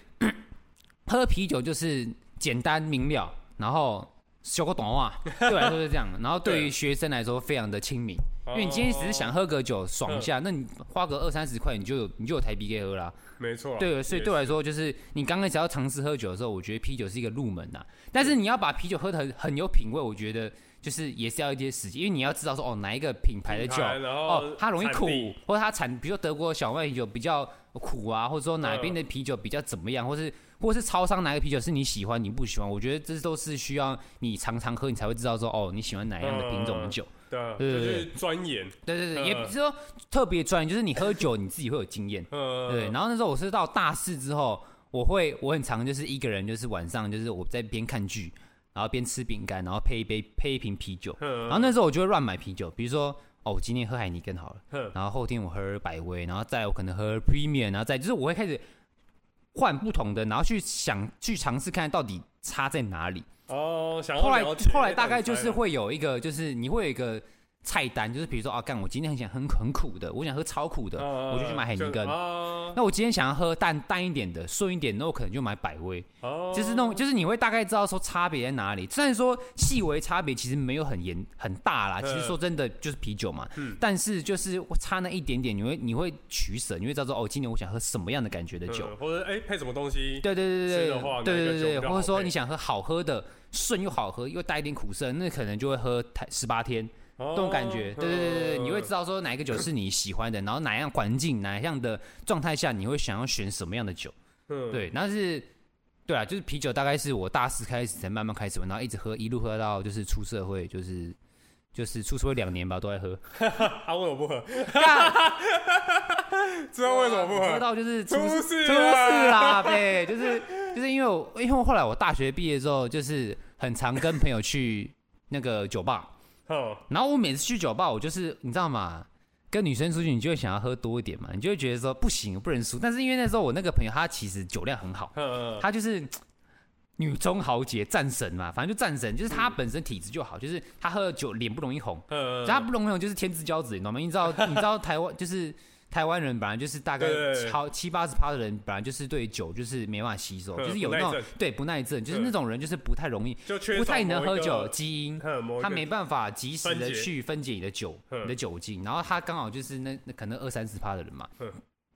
Speaker 2: 喝啤酒就是简单明了，然后修个短袜，对我来说是这样。然后对于
Speaker 3: 对
Speaker 2: 学生来说非常的亲民，
Speaker 3: 哦
Speaker 2: 因为你今天只是想喝个酒爽一下，那你花个二三十块，你就有你就有台啤可以喝啦。
Speaker 3: 嗯没错啊。
Speaker 2: 对，所以对我来说，就是你刚开始要尝试喝酒的时候，我觉得啤酒是一个入门呐、但是你要把啤酒喝得很很有品味，我觉得就是也是要一些时间，因为你要知道说哦哪一个品牌的
Speaker 3: 品
Speaker 2: 酒，
Speaker 3: 牌然后
Speaker 2: 哦它容易
Speaker 3: 产
Speaker 2: 苦
Speaker 3: 地，
Speaker 2: 或者它产，比如说德国小麦啤酒比较苦啊，或者说
Speaker 3: 嗯
Speaker 2: 哪边的啤酒比较怎么样，或是或是超商哪个啤酒是你喜欢你不喜欢，我觉得这都是需要你常常喝，你才会知道说哦你喜欢哪样的品种的
Speaker 3: 嗯
Speaker 2: 酒。
Speaker 3: 对啊，就
Speaker 2: 对对对
Speaker 3: 是钻研，
Speaker 2: 对对对，
Speaker 3: 嗯
Speaker 2: 也不是说特别专业，就是你喝酒你自己会有经验。
Speaker 3: 嗯，
Speaker 2: 对，然后那时候我是到大四之后，我会我很常就是一个人，就是晚上就是我在边看剧，然后边吃饼干，然后配一杯配一瓶啤酒。
Speaker 3: 嗯
Speaker 2: 然后那时候我就会乱买啤酒，比如说哦，我今天喝海尼根好了
Speaker 3: 嗯，
Speaker 2: 然后后天我喝百威，然后再来我可能喝 Premium，然后再就是我会开始换不同的，然后去想去尝试看到底差在哪里。
Speaker 3: 哦，想要
Speaker 2: 后来
Speaker 3: 了解
Speaker 2: 后来大概就是会有一个，就是你会有一个菜单，就是比如说啊，干我今天很想很很苦的，我想喝超苦的，
Speaker 3: 嗯，
Speaker 2: 我就去买海尼根。
Speaker 3: 啊，
Speaker 2: 那我今天想要喝淡淡一点的、顺一点的，那我可能就买百威，
Speaker 3: 哦
Speaker 2: 就是那种，就是你会大概知道说差别在哪里。虽然说细微差别其实没有很严很大啦，其
Speaker 3: 嗯
Speaker 2: 实说真的就是啤酒嘛，
Speaker 3: 嗯
Speaker 2: 但是就是差那一点点，你会你会取舍，你会知道说哦，今年我想喝什么样的感觉的酒。
Speaker 3: 嗯或者哎配什么东西，
Speaker 2: 对对对
Speaker 3: 吃
Speaker 2: 对
Speaker 3: 的话
Speaker 2: 对对
Speaker 3: 哪一个
Speaker 2: 对对
Speaker 3: 酒比
Speaker 2: 对，
Speaker 3: 较
Speaker 2: 或者
Speaker 3: 好
Speaker 2: 说
Speaker 3: 配
Speaker 2: 你想喝好喝的、顺又好喝又带一点苦涩，那可能就会喝十八天。
Speaker 3: 哦，
Speaker 2: 这
Speaker 3: 嗯这
Speaker 2: 种感觉，对对对对对，你会知道说哪一个酒是你喜欢的，然后哪样环境、哪样的状态下你会想要选什么样的酒，
Speaker 3: 嗯，
Speaker 2: 对，但是对啊，就是啤酒大概是我大四开始才慢慢开始玩，然后一直喝，一路喝到就是出社会，就是就是出社会两年吧，都在
Speaker 3: <laughs>
Speaker 2: 喝，
Speaker 3: 啊，为什么不喝？
Speaker 2: 干
Speaker 3: 知道为什么不
Speaker 2: 喝
Speaker 3: 喝？
Speaker 2: 到就是出
Speaker 3: 出
Speaker 2: 事
Speaker 3: 事
Speaker 2: 出
Speaker 3: 啊
Speaker 2: 事
Speaker 3: <laughs>
Speaker 2: 啦，对，就是就是因为我因为后来我大学毕业之后，就是很常跟朋友去那个酒吧，
Speaker 3: 哦，
Speaker 2: 然后我每次去酒吧，我就是你知道吗？跟女生出去，你就会想要喝多一点嘛，你就会觉得说不行，我不能输。但是因为那时候我那个朋友，他其实酒量很好，
Speaker 3: 嗯，
Speaker 2: 他就是嘖女中豪杰战神嘛，反正就战神，就是他本身体质就好，就是他喝了酒脸不容易红，
Speaker 3: 嗯
Speaker 2: 他不容易红就是天之骄子，你懂吗？你知道你知道台湾就是台湾人本来就是大概
Speaker 3: 对
Speaker 2: 超七八十趴的人，本来就是对酒就是没办法吸收，
Speaker 3: 嗯
Speaker 2: 就是有那
Speaker 3: 不耐
Speaker 2: 种
Speaker 3: 症
Speaker 2: 对不耐症，就是
Speaker 3: 嗯
Speaker 2: 那种人就是不太容易，
Speaker 3: 就缺少
Speaker 2: 不太能
Speaker 3: 某
Speaker 2: 喝
Speaker 3: 一个
Speaker 2: 酒基因。
Speaker 3: 嗯某一
Speaker 2: 他
Speaker 3: 个
Speaker 2: 没办法及时
Speaker 3: 分
Speaker 2: 的
Speaker 3: 解
Speaker 2: 去分解你的酒、
Speaker 3: 嗯
Speaker 2: 你的酒精，然后他刚好就是那那可能二三十趴的人嘛
Speaker 3: 嗯，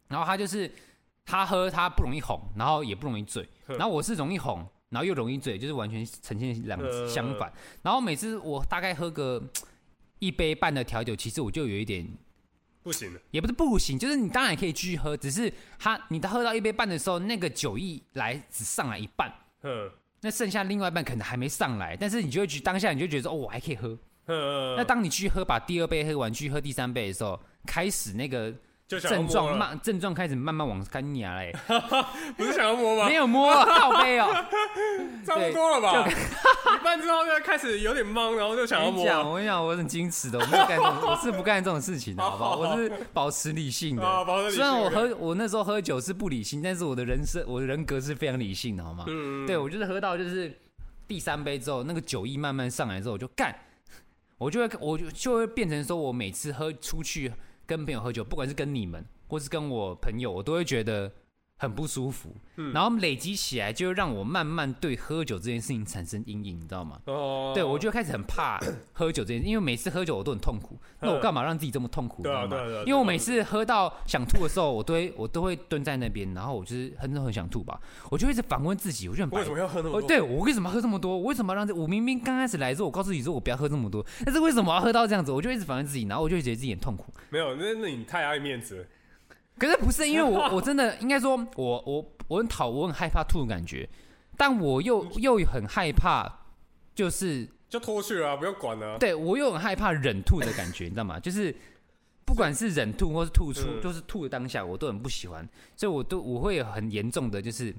Speaker 2: 然后他就是他喝他不容易红，然后也不容易醉，
Speaker 3: 嗯
Speaker 2: 然后我是容易红，然后又容易醉，就是完全呈现两
Speaker 3: 嗯
Speaker 2: 相反。然后每次我大概喝个一杯半的调酒，其实我就有一点
Speaker 3: 不行的，
Speaker 2: 也不是不行，就是你当然也可以继续喝，只是他你到喝到一杯半的时候，那个酒意来只上来一半。
Speaker 3: 嗯，
Speaker 2: 那剩下另外一半可能还没上来，但是你就会觉当下你就觉得说，哦，我还可以喝，
Speaker 3: 嗯
Speaker 2: 那当你去喝，把第二杯喝完，去喝第三杯的时候，开始那个
Speaker 3: 就想要
Speaker 2: 症
Speaker 3: 摸
Speaker 2: 状
Speaker 3: 了
Speaker 2: 慢，症状开始慢慢往干你啊嘞，
Speaker 3: 不是想要摸吗
Speaker 2: 没？有摸靠杯哦、
Speaker 3: 差不多
Speaker 2: <laughs>
Speaker 3: 了吧？一半之后就开始有点懵，然后就想要
Speaker 2: 我跟
Speaker 3: 摸
Speaker 2: 你。讲，我跟你讲，我很矜持的，我没有干这种，我是不干这种事情的，好
Speaker 3: <laughs>
Speaker 2: 不好？我是保持理性
Speaker 3: 啊哦保持
Speaker 2: 的。
Speaker 3: 理性
Speaker 2: 虽然我喝，我那时候喝酒是不理性，但是我的人生，我的人格是非常理性的，好吗？
Speaker 3: 嗯
Speaker 2: 对，我就是喝到就是第三杯之后，那个酒意慢慢上来之后，我就干，我就会，我就就会变成说我每次喝出去跟朋友喝酒，不管是跟你们或是跟我朋友，我都会觉得很不舒服。
Speaker 3: 嗯
Speaker 2: 然后累积起来，就会让我慢慢对喝酒这件事情产生阴影，你知道吗？
Speaker 3: 哦，
Speaker 2: 对，我就开始很
Speaker 3: <coughs>
Speaker 2: 怕喝酒这件事，因为每次喝酒我都很痛苦。那我干嘛让自己这么痛苦？
Speaker 3: 嗯对啊
Speaker 2: 你知道吗
Speaker 3: 对啊对啊啊
Speaker 2: 因为我每次喝到想吐的时候，我都会我都会蹲在那边，然后我就是很很想吐吧，我就一直反问自己，我就很白
Speaker 3: 为什么要喝那么
Speaker 2: 哦，
Speaker 3: 多？
Speaker 2: 对我为什么要喝这么多？我为什么要让这？我明明刚开始来的时候，我告诉自己说我不要喝这么多，但是为什么要喝到这样子？我就一直反问自己，然后我就觉得自己很痛苦。
Speaker 3: 没有，那那你太爱面子了。
Speaker 2: 可是不是
Speaker 3: <laughs>
Speaker 2: 因为我我真的应该说我我我很讨我很害怕吐的感觉，但我又又很害怕就是
Speaker 3: 就脱去啊，不用管
Speaker 2: <laughs>
Speaker 3: 啊。
Speaker 2: 对我又很害怕忍吐的感觉，你知道吗？ <laughs> 就是不管是忍吐或是吐出，
Speaker 3: 嗯
Speaker 2: 就是吐的当下，我都很不喜欢，所以我都我会有很严重的，就是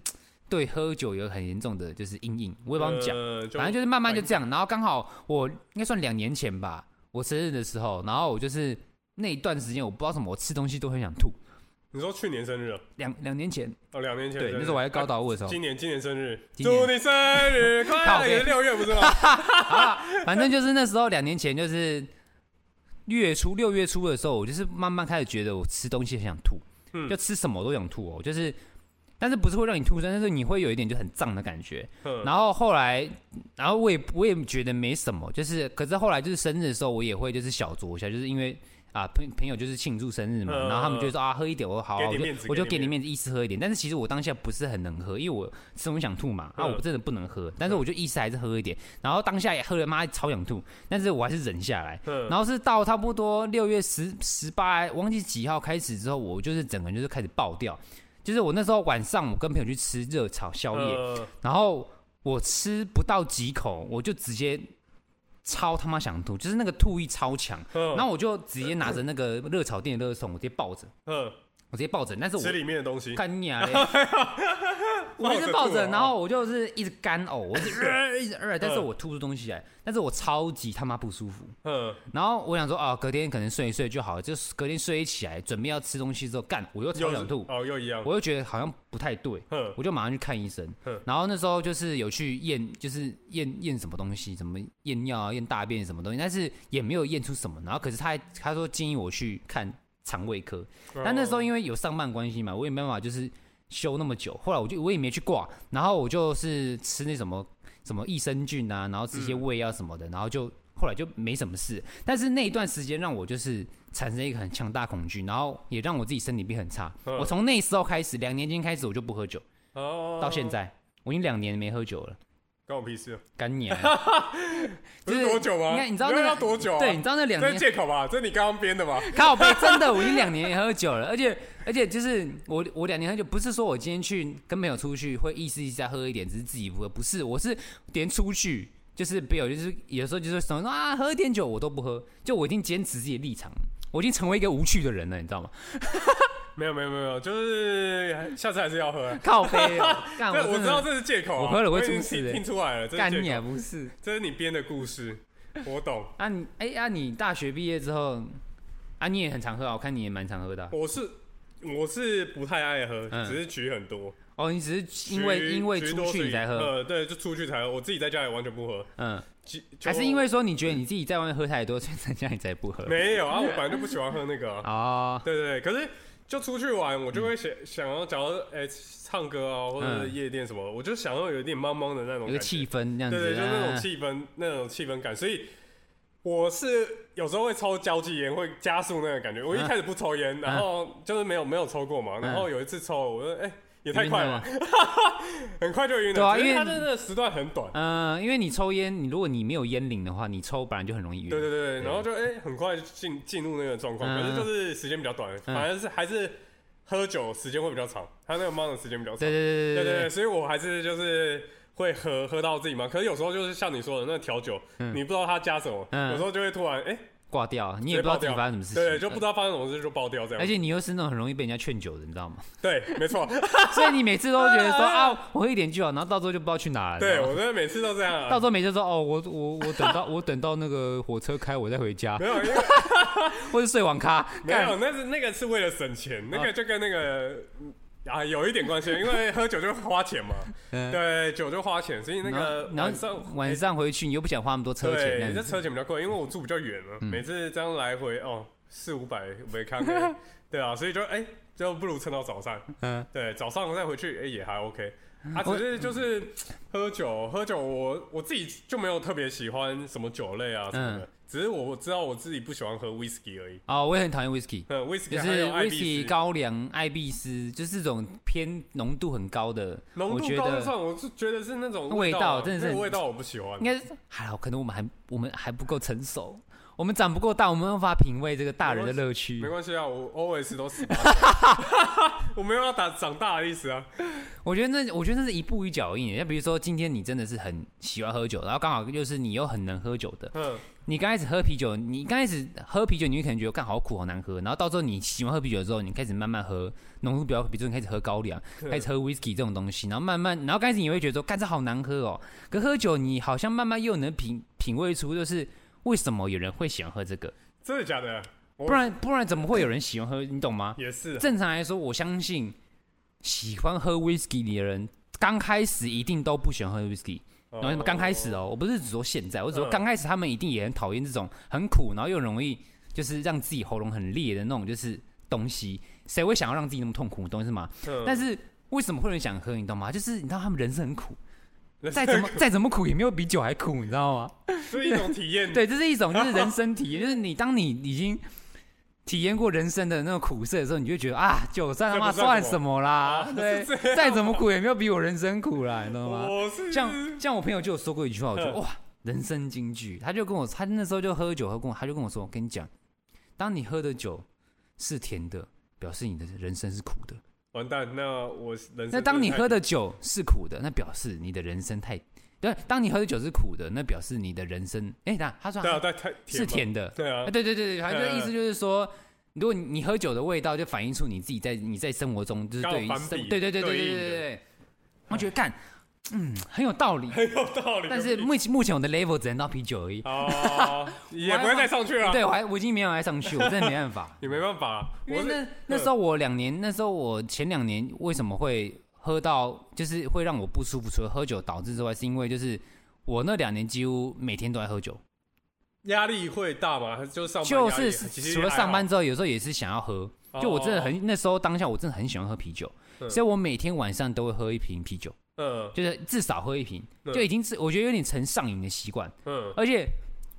Speaker 2: 对喝酒有很严重的就是阴影。我也帮你讲，
Speaker 3: 呃
Speaker 2: 反正就是慢慢就
Speaker 3: 反
Speaker 2: 这样。然后刚好我应该算两年前吧，我生日的时候，然后我就是那一段时间，我不知道什么，我吃东西都很想吐。
Speaker 3: 你说去年生日啊？
Speaker 2: 两两年前，
Speaker 3: 哦，两年前的
Speaker 2: 对，
Speaker 3: 生日。
Speaker 2: 那时候我还在高
Speaker 3: 啊
Speaker 2: 岛屋的时候，
Speaker 3: 今年今年生日，
Speaker 2: 今年
Speaker 3: 祝你生
Speaker 2: <laughs>
Speaker 3: 日
Speaker 2: 靠
Speaker 3: 快乐！
Speaker 2: 北
Speaker 3: 也是六月不是吗？
Speaker 2: 反正就是那时候两年前，就是月初六月初的时候，我就是慢慢开始觉得我吃东西很想吐，
Speaker 3: 嗯
Speaker 2: 就吃什么都想吐哦，就是。但是不是会让你吐，但是你会有一点就很胀的感觉。
Speaker 3: 嗯
Speaker 2: 然后后来，然后我也我也觉得没什么，就是可是后来就是生日的时候，我也会就是小酌一下，就是因为啊朋朋友就是庆祝生日嘛，
Speaker 3: 嗯
Speaker 2: 然后他们就说啊喝一点，我说好啊，
Speaker 3: 给
Speaker 2: 我
Speaker 3: 你
Speaker 2: 就
Speaker 3: 面子嗯
Speaker 2: 我就
Speaker 3: 给
Speaker 2: 给
Speaker 3: 你
Speaker 2: 你面子，意思喝一点。但是其实我当下不是很能喝，因为我吃东西想吐嘛，啊
Speaker 3: 嗯
Speaker 2: 我真的不能喝，但是我就意思还是喝一点。然后当下也喝了，妈超想吐，但是我还是忍下来。
Speaker 3: 嗯
Speaker 2: 然后是到差不多六月十十八，忘记几号开始之后，我就是整个人就是开始爆掉。就是我那时候晚上我跟朋友去吃热炒宵夜，
Speaker 3: 呃
Speaker 2: 然后我吃不到几口，我就直接超他妈想吐，就是那个吐意超强。
Speaker 3: 嗯
Speaker 2: 然后我就直接拿着那个热炒店的热桶，我直接抱着，
Speaker 3: 嗯，
Speaker 2: 我直接抱着，但是我
Speaker 3: 吃里面的东西。
Speaker 2: 干你啊！嘞！我一直
Speaker 3: 啊
Speaker 2: 抱着，然后我就是一直干呕，我一直、呃、一直呃，但是我吐出东西来，但是我超级他妈不舒服。
Speaker 3: 嗯，
Speaker 2: 然后我想说啊，隔天可能睡一睡就好了，就是隔天睡一起来，准备要吃东西之后，干我又超
Speaker 3: 又
Speaker 2: 想吐，
Speaker 3: 哦，又一样。
Speaker 2: 我又觉得好像不太对，
Speaker 3: 嗯
Speaker 2: 我就马上去看医生
Speaker 3: 嗯。
Speaker 2: 然后那时候就是有去验，就是验验什么东西，什么验尿啊、验大便什么东西，但是也没有验出什么。然后可是他还他说建议我去看肠胃科，
Speaker 3: 哦
Speaker 2: 但那时候因为有上班关系嘛，我也没办法就是休那么久。后来我就我也没去挂，然后我就是吃那什么什么益生菌啊，然后吃一
Speaker 3: 嗯
Speaker 2: 些胃药什么的，然后就后来就没什么事。但是那一段时间让我就是产生一个很强大恐惧，然后也让我自己身体变很差。
Speaker 3: 嗯
Speaker 2: 我从那时候开始，两年前开始我就不喝酒，
Speaker 3: 哦，
Speaker 2: 到现在我已经两年没喝酒了。
Speaker 3: 关我屁事啊。
Speaker 2: 干
Speaker 3: <laughs>
Speaker 2: <laughs> 你啊！
Speaker 3: 不是多久吗
Speaker 2: 你看，你知道
Speaker 3: 没
Speaker 2: 那
Speaker 3: 有
Speaker 2: 个
Speaker 3: 要多久啊
Speaker 2: 对，你知道那两
Speaker 3: 这
Speaker 2: 年
Speaker 3: 是借口吧？这是你刚刚编的吧？
Speaker 2: <laughs> 靠背真的，我已经两年没喝酒了，而
Speaker 3: <laughs>
Speaker 2: 且而且就是我我两年喝酒，不是说我今天去跟朋友出去会意思意思再喝一点，只是自己不喝，不是，我是连出去就是朋友就是有时候就是什么说啊喝一点酒我都不喝，就我已经坚持自己的立场，我已经成为一个无趣的人了，你知道吗？
Speaker 3: 没有没有没有，就是下次还是要喝。啊
Speaker 2: 靠背、
Speaker 3: <laughs>
Speaker 2: 哦，干
Speaker 3: 这
Speaker 2: 我
Speaker 3: 我
Speaker 2: 真
Speaker 3: 知道
Speaker 2: 的
Speaker 3: 这是借口啊，
Speaker 2: 我喝了会
Speaker 3: 已经
Speaker 2: 出事的
Speaker 3: 听出来了，这是
Speaker 2: 干你
Speaker 3: 借口，
Speaker 2: 啊，不是
Speaker 3: 这是你编的故事，我懂。
Speaker 2: 啊你哎啊你大学毕业之后啊你也很常喝啊，我看你也蛮常喝的啊、
Speaker 3: 我是我是不太爱喝，
Speaker 2: 嗯
Speaker 3: 只是局很多，
Speaker 2: 哦，你只是因
Speaker 3: 橘
Speaker 2: 为因为
Speaker 3: 橘
Speaker 2: 出
Speaker 3: 多
Speaker 2: 去
Speaker 3: 水
Speaker 2: 你才喝，
Speaker 3: 呃，对，就出去才喝，我自己在家里完全不喝，
Speaker 2: 嗯。
Speaker 3: 橘就
Speaker 2: 还是因为说你觉得你自己在外面喝太多，所以在家里才不喝？
Speaker 3: 没有啊，我本来就不喜欢喝那个、
Speaker 2: <laughs>
Speaker 3: 啊，
Speaker 2: 哦，
Speaker 3: 对对对，可是。就出去玩，我就会想、想要，假如哎、唱歌啊，或者是
Speaker 2: 嗯
Speaker 3: 夜店什么，我就想要有一点茫茫的那种
Speaker 2: 有
Speaker 3: 感
Speaker 2: 个
Speaker 3: 觉，
Speaker 2: 气氛这样子，
Speaker 3: 对对，就那
Speaker 2: 啊
Speaker 3: 种气氛，那种气氛感。所以我是有时候会抽交际烟，会加速那个感
Speaker 2: 啊
Speaker 3: 觉。我一开始不抽烟，然后就是没有没有抽过嘛，然后有一次抽，我说哎、也太快了吧， <laughs> 很快就晕了。
Speaker 2: 对啊
Speaker 3: 只是
Speaker 2: 因为
Speaker 3: 它真的时段很短。
Speaker 2: 嗯、因为你抽烟，你如果你没有烟龄的话，你抽本来就很容易晕。
Speaker 3: 对对对，对然后就哎、很快就进进入那个状况，
Speaker 2: 嗯
Speaker 3: 可是就是时间比较短，反正是还是喝酒时间会比较长，他那个忙的时间比较长。
Speaker 2: 对对对
Speaker 3: 对
Speaker 2: 对
Speaker 3: 对对，所以我还是就是会喝喝到自己忙。可是有时候就是像你说的那个调酒，你不知道他加什么，
Speaker 2: 嗯
Speaker 3: 有时候就会突然哎，
Speaker 2: 挂掉，你
Speaker 3: 你
Speaker 2: 也不知道自己发生什么事情，哎
Speaker 3: 对，就不知道发生什么事就爆掉这
Speaker 2: 而
Speaker 3: 样。
Speaker 2: 且你又是那种很容易被人家劝酒的，你知
Speaker 3: <laughs>
Speaker 2: 道吗？
Speaker 3: 对，
Speaker 2: <laughs>
Speaker 3: 没错，
Speaker 2: 所以你每次都觉得
Speaker 3: <laughs>
Speaker 2: 说啊，我喝一点就好，然后到时候就不知道去哪了。你知
Speaker 3: 对
Speaker 2: 道吗
Speaker 3: 我真的每次都这样
Speaker 2: <laughs>
Speaker 3: 啊。
Speaker 2: 到时候每次说哦，我我我等到我等到那个火车开，我再回家
Speaker 3: 没，有，因为
Speaker 2: 或是睡网咖。
Speaker 3: 没有，那是那个是为了省钱，那
Speaker 2: 啊
Speaker 3: 个就跟那个嗯啊有一点关系，因为喝酒就花钱嘛，
Speaker 2: 嗯
Speaker 3: 对，酒就花钱，所以那
Speaker 2: 然后
Speaker 3: 个
Speaker 2: 然
Speaker 3: 晚
Speaker 2: 后
Speaker 3: 上
Speaker 2: 晚上回去，你又不想花那么多车钱，这
Speaker 3: 对，
Speaker 2: 样
Speaker 3: 这
Speaker 2: 子嗯
Speaker 3: 车钱比较贵，因为我住比较远嘛，每次这样来回哦四五百没
Speaker 2: <laughs>
Speaker 3: 看过，对啊，所以就哎就不如撑到早上，
Speaker 2: 嗯，
Speaker 3: 对，早上再回去哎也还 OK。啊，只是就是喝酒，喝酒我我自己就没有特别喜欢什么酒类啊什么
Speaker 2: 嗯
Speaker 3: 的，只是我知道我自己不喜欢喝 whisky 而已。
Speaker 2: 哦，我也很讨厌
Speaker 3: <laughs>
Speaker 2: whisky，
Speaker 3: 嗯，whisky
Speaker 2: 就
Speaker 3: 还
Speaker 2: 是
Speaker 3: 有
Speaker 2: whisky
Speaker 3: IBC
Speaker 2: 高粱、艾必斯，就是这种偏浓度很高的，
Speaker 3: 浓
Speaker 2: 我
Speaker 3: 度
Speaker 2: 觉
Speaker 3: 高就
Speaker 2: 得
Speaker 3: 算，我是觉得是那种
Speaker 2: 味
Speaker 3: 道啊
Speaker 2: 道真的是
Speaker 3: 那个
Speaker 2: 很
Speaker 3: 味道我不喜欢
Speaker 2: 应。该是还好，可能我们还我们还不够成熟，我们长不够大，我们无法品味这个大人的乐趣
Speaker 3: 没。关系啊，我 always
Speaker 2: <laughs>
Speaker 3: 都十八， <laughs> 我没有要打长大的意思啊。
Speaker 2: 我觉得那，我觉得那是一步一脚印。像比如说，今天你真的是很喜欢喝酒，然后刚好就是你又很能喝酒的，
Speaker 3: 嗯，
Speaker 2: 你刚开始喝啤酒，你刚开始喝啤酒，你会可能觉得干好苦好难喝，然后到时候你喜欢喝啤酒之后，你开始慢慢喝浓度比较，比如说你开始喝高粱，开始喝 whisky 这种东西，然后慢慢，然后刚开始你会觉得说干这好难喝哦，可喝酒你好像慢慢又能品品味出就是。为什么有人会喜欢喝这个？
Speaker 3: 真的假的？我
Speaker 2: 不然不然怎么会有人喜欢喝？你懂吗？
Speaker 3: 也是啊，
Speaker 2: 正常来说，我相信喜欢喝 whisky 的人，刚开始一定都不喜欢喝 whisky。然后刚开始
Speaker 3: 哦，
Speaker 2: 哦，我不是只说现在，我只说
Speaker 3: 嗯
Speaker 2: 刚开始他们一定也很讨厌这种很苦，然后又容易就是让自己喉咙很裂的那种就是东西。谁会想要让自己那么痛苦？你懂我意思吗？
Speaker 3: 嗯
Speaker 2: 但是为什么会有人想喝？你懂吗？就是你知道他们人生很苦，
Speaker 3: <laughs> 人
Speaker 2: 再
Speaker 3: 生
Speaker 2: 怎么再怎么苦也没有比酒还苦，你知道
Speaker 3: <laughs>
Speaker 2: 吗？
Speaker 3: 是一种体
Speaker 2: <laughs>
Speaker 3: 验。
Speaker 2: 对，这是一种就是人生体验，就是你当你已经体验过人生的那种苦涩的时候，你就觉得啊，酒算他妈
Speaker 3: 这不算
Speaker 2: 算
Speaker 3: 什
Speaker 2: 什么啦？
Speaker 3: 啊
Speaker 2: 对
Speaker 3: <laughs> 是这，样
Speaker 2: 再怎么苦也没有比我人生苦啦，你懂吗？
Speaker 3: 我哦是
Speaker 2: 像像我朋友就有说过一句话，我觉得
Speaker 3: 嗯
Speaker 2: 哇，人生金句。他就跟我，他那时候就喝酒喝过，他就跟我说，我跟你讲，当你喝的酒是甜的，表示你的人生是苦的；
Speaker 3: 完蛋，那我人生
Speaker 2: 那当你喝
Speaker 3: 真
Speaker 2: 的酒是苦的，那表示你的人生太……对，当你喝的酒是苦的，那表示你的人生……哎，那他说
Speaker 3: 的太对啊，太太
Speaker 2: 是
Speaker 3: 吗，
Speaker 2: 甜的，
Speaker 3: 对啊
Speaker 2: 啊，，对对对对，反正就意思就是说，如果你你喝酒的味道，就反映出你自己在你在生活中就是
Speaker 3: 刚好
Speaker 2: 对于
Speaker 3: 反
Speaker 2: 生
Speaker 3: 比
Speaker 2: 对对对对对
Speaker 3: 对应
Speaker 2: 对
Speaker 3: 的
Speaker 2: 对对，我觉得干，嗯，很有道理。
Speaker 3: 很 <laughs> 有道
Speaker 2: <laughs>
Speaker 3: 理。
Speaker 2: 但是目前目前我的 level 只能到啤酒而已， <laughs>
Speaker 3: 哦，也不会再上去了。。
Speaker 2: 对我还我已经没有爱上去，我真的没办法
Speaker 3: <laughs> 你没办法，
Speaker 2: 因
Speaker 3: 我
Speaker 2: 为
Speaker 3: 是
Speaker 2: 那那时候我两年，那时候我前两年为什么会喝到，就是会让我不舒服，除了喝酒导致之外，是因为就是我那两年几乎每天都在喝酒，
Speaker 3: 压力会大嘛，还是就上班
Speaker 2: 就
Speaker 3: 哦压力
Speaker 2: 是
Speaker 3: 其实
Speaker 2: 除了
Speaker 3: 还
Speaker 2: 上班
Speaker 3: 好，
Speaker 2: 之后，有时候也是想要喝。就我真的
Speaker 3: 哦
Speaker 2: 很那时候当下，我真的很喜欢喝啤酒，
Speaker 3: 嗯
Speaker 2: 所以我每天晚上都会喝一瓶啤酒，
Speaker 3: 嗯
Speaker 2: 就是至少喝一瓶，
Speaker 3: 嗯
Speaker 2: 就已经是我觉得有点成上瘾的习惯。
Speaker 3: 嗯
Speaker 2: 而且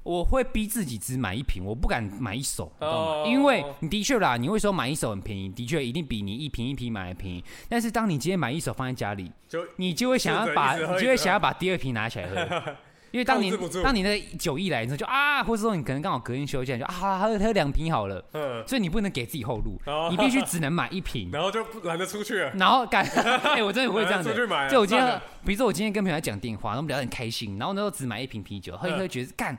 Speaker 2: 我会逼自己只买一瓶，我不敢买一手，你知道
Speaker 3: 哦
Speaker 2: 吗？因为你的确啦，你会说买一手很便宜，的确一定比你一瓶一瓶买的便宜。但是当你今天买一手放在家里，
Speaker 3: 就
Speaker 2: 你就会想
Speaker 3: 就
Speaker 2: 要
Speaker 3: 只能
Speaker 2: 把，
Speaker 3: 一直喝
Speaker 2: 你就
Speaker 3: 一
Speaker 2: 会
Speaker 3: 直
Speaker 2: 想要把第二瓶拿起来
Speaker 3: <laughs>
Speaker 2: 喝。因为当你
Speaker 3: 啊控制不住
Speaker 2: 当你的酒一来之后就啊，或者说你可能刚好隔天休假，你就啊喝喝两瓶好了，
Speaker 3: 嗯，
Speaker 2: 所以你不能给自己后路
Speaker 3: 哦，
Speaker 2: 你必须只能买一瓶，
Speaker 3: 然后就不懒得出去了。
Speaker 2: 然后感，哎、我真的会这样子
Speaker 3: 出去买啊。
Speaker 2: 就我今
Speaker 3: 算
Speaker 2: 天
Speaker 3: 了，
Speaker 2: 比如说我今天跟朋友在讲电话，然后我们聊得很开心，然后那时候只买一瓶啤酒，喝一喝
Speaker 3: 嗯
Speaker 2: 觉得干，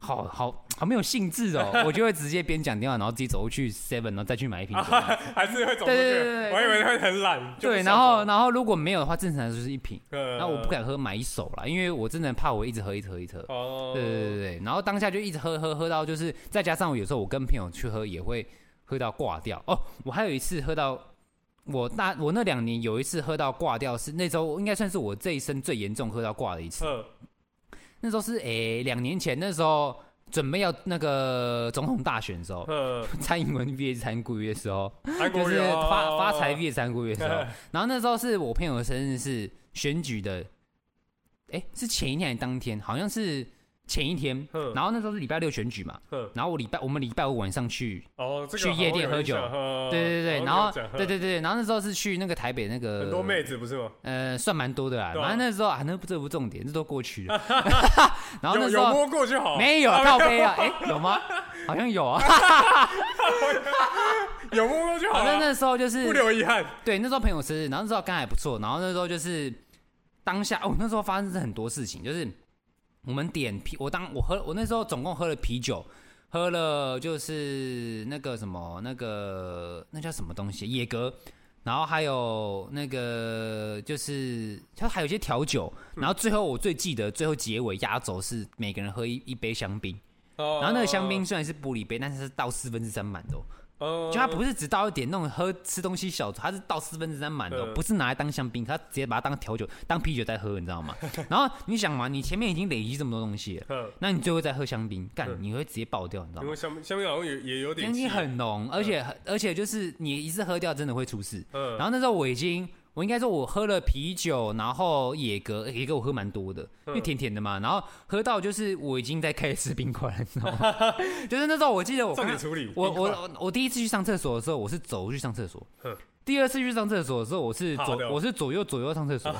Speaker 2: 好好好没有兴致哦，我就会直接边讲电话，然后自己走过去 Seven，然后再去买一瓶酒。
Speaker 3: <laughs> 还是会走出去，
Speaker 2: 对对对对对
Speaker 3: 我以为会很懒。啊就不
Speaker 2: 对，
Speaker 3: 想
Speaker 2: 然后
Speaker 3: 走，
Speaker 2: 然后如果没有的话，正常来说就是一瓶，
Speaker 3: 嗯
Speaker 2: 然后我不。敢喝买一手啦，因为我真的怕我一直喝一直喝一直喝。
Speaker 3: 哦，
Speaker 2: 对对对对，然后当下就一直喝喝喝到就是，再加上我有时候我跟朋友去喝也会喝到挂掉哦。我还有一次喝到我那我那两年有一次喝到挂掉是那时候应该算是我这一生最严重喝到挂的一次。
Speaker 3: 嗯
Speaker 2: <laughs> 那时候是诶两年前那时候准备要那个总统大选的时候， <laughs>
Speaker 3: 嗯，
Speaker 2: 蔡英文越参顾越的时候，
Speaker 3: 韩
Speaker 2: 就
Speaker 3: 国
Speaker 2: 是
Speaker 3: 人哦
Speaker 2: 发发财
Speaker 3: <laughs>
Speaker 2: 越参顾越的时候
Speaker 3: 嗯，
Speaker 2: 然后那时候是我朋友的生日是选举的，诶，是前一天还是当天？好像是前一天。
Speaker 3: 嗯
Speaker 2: 然后那时候是礼拜六选举嘛，
Speaker 3: 嗯
Speaker 2: 然后我礼拜我们礼拜五晚上去，
Speaker 3: 哦，这个
Speaker 2: 去夜店喝酒
Speaker 3: 好像
Speaker 2: 对
Speaker 3: 有印象
Speaker 2: 对对，
Speaker 3: 嗯
Speaker 2: 然后
Speaker 3: 好像有讲
Speaker 2: 对对对，然后那时候是去那个台北那个
Speaker 3: 很多妹子不是吗？
Speaker 2: 呃，算蛮多的啦。
Speaker 3: 对啊
Speaker 2: 反正那时候啊，那不这不重点，这都过去
Speaker 3: <laughs>
Speaker 2: 了。然后那
Speaker 3: 有
Speaker 2: 时
Speaker 3: 有
Speaker 2: 候
Speaker 3: 摸过就好，
Speaker 2: 没有靠背啊，哎，有吗？好像有啊。
Speaker 3: <laughs> 有啊摸过就好
Speaker 2: 反正
Speaker 3: 了，
Speaker 2: 那时候就是
Speaker 3: 不留遗憾。
Speaker 2: 对，那时候朋友生日，然后那时候刚还不错，然后那时候就是当下哦，那时候发生很多事情，就是我们点啤，我当我喝我那时候总共喝了啤酒，喝了就是那个什么那个那叫什么东西野格，然后还有那个就是它还有一些调酒，然后最后我最记得最后结尾压轴是每个人喝一一杯香槟，
Speaker 3: 哦
Speaker 2: 然后那个香槟，虽然是玻璃杯，但是是倒四分之三满的、哦。
Speaker 3: 哦
Speaker 2: 就它不是只倒一点那种喝吃东西小酌，它是倒四分之三满的哦，
Speaker 3: 嗯
Speaker 2: 不是拿来当香槟，它直接把它当调酒、当啤酒在喝，你知道吗？然后你想嘛，你前面已经累积这么多东西了，
Speaker 3: 嗯
Speaker 2: 那你最后再喝香槟，干你会直接爆掉，你知道
Speaker 3: 因
Speaker 2: 吗
Speaker 3: 为？香槟香槟好像也也有点
Speaker 2: 香
Speaker 3: 气
Speaker 2: 槟很浓，而且而且就是你一次喝掉真的会出事。
Speaker 3: 嗯
Speaker 2: 然后那时候我已经，我应该说我喝了啤酒，然后野格野格我喝蛮多的，因
Speaker 3: 嗯
Speaker 2: 为甜甜的嘛，然后喝到就是我已经在开始吃冰块了，你知道吗？ <laughs> 就是那时候我记得我
Speaker 3: 重
Speaker 2: 看
Speaker 3: 点处理
Speaker 2: 我
Speaker 3: 冰块
Speaker 2: 我我我第一次去上厕所的时候，我是走去上厕所
Speaker 3: 哼。
Speaker 2: 第二次去上厕所的时候，我是
Speaker 3: 怕
Speaker 2: 左
Speaker 3: 掉
Speaker 2: 我是左右左右上厕所，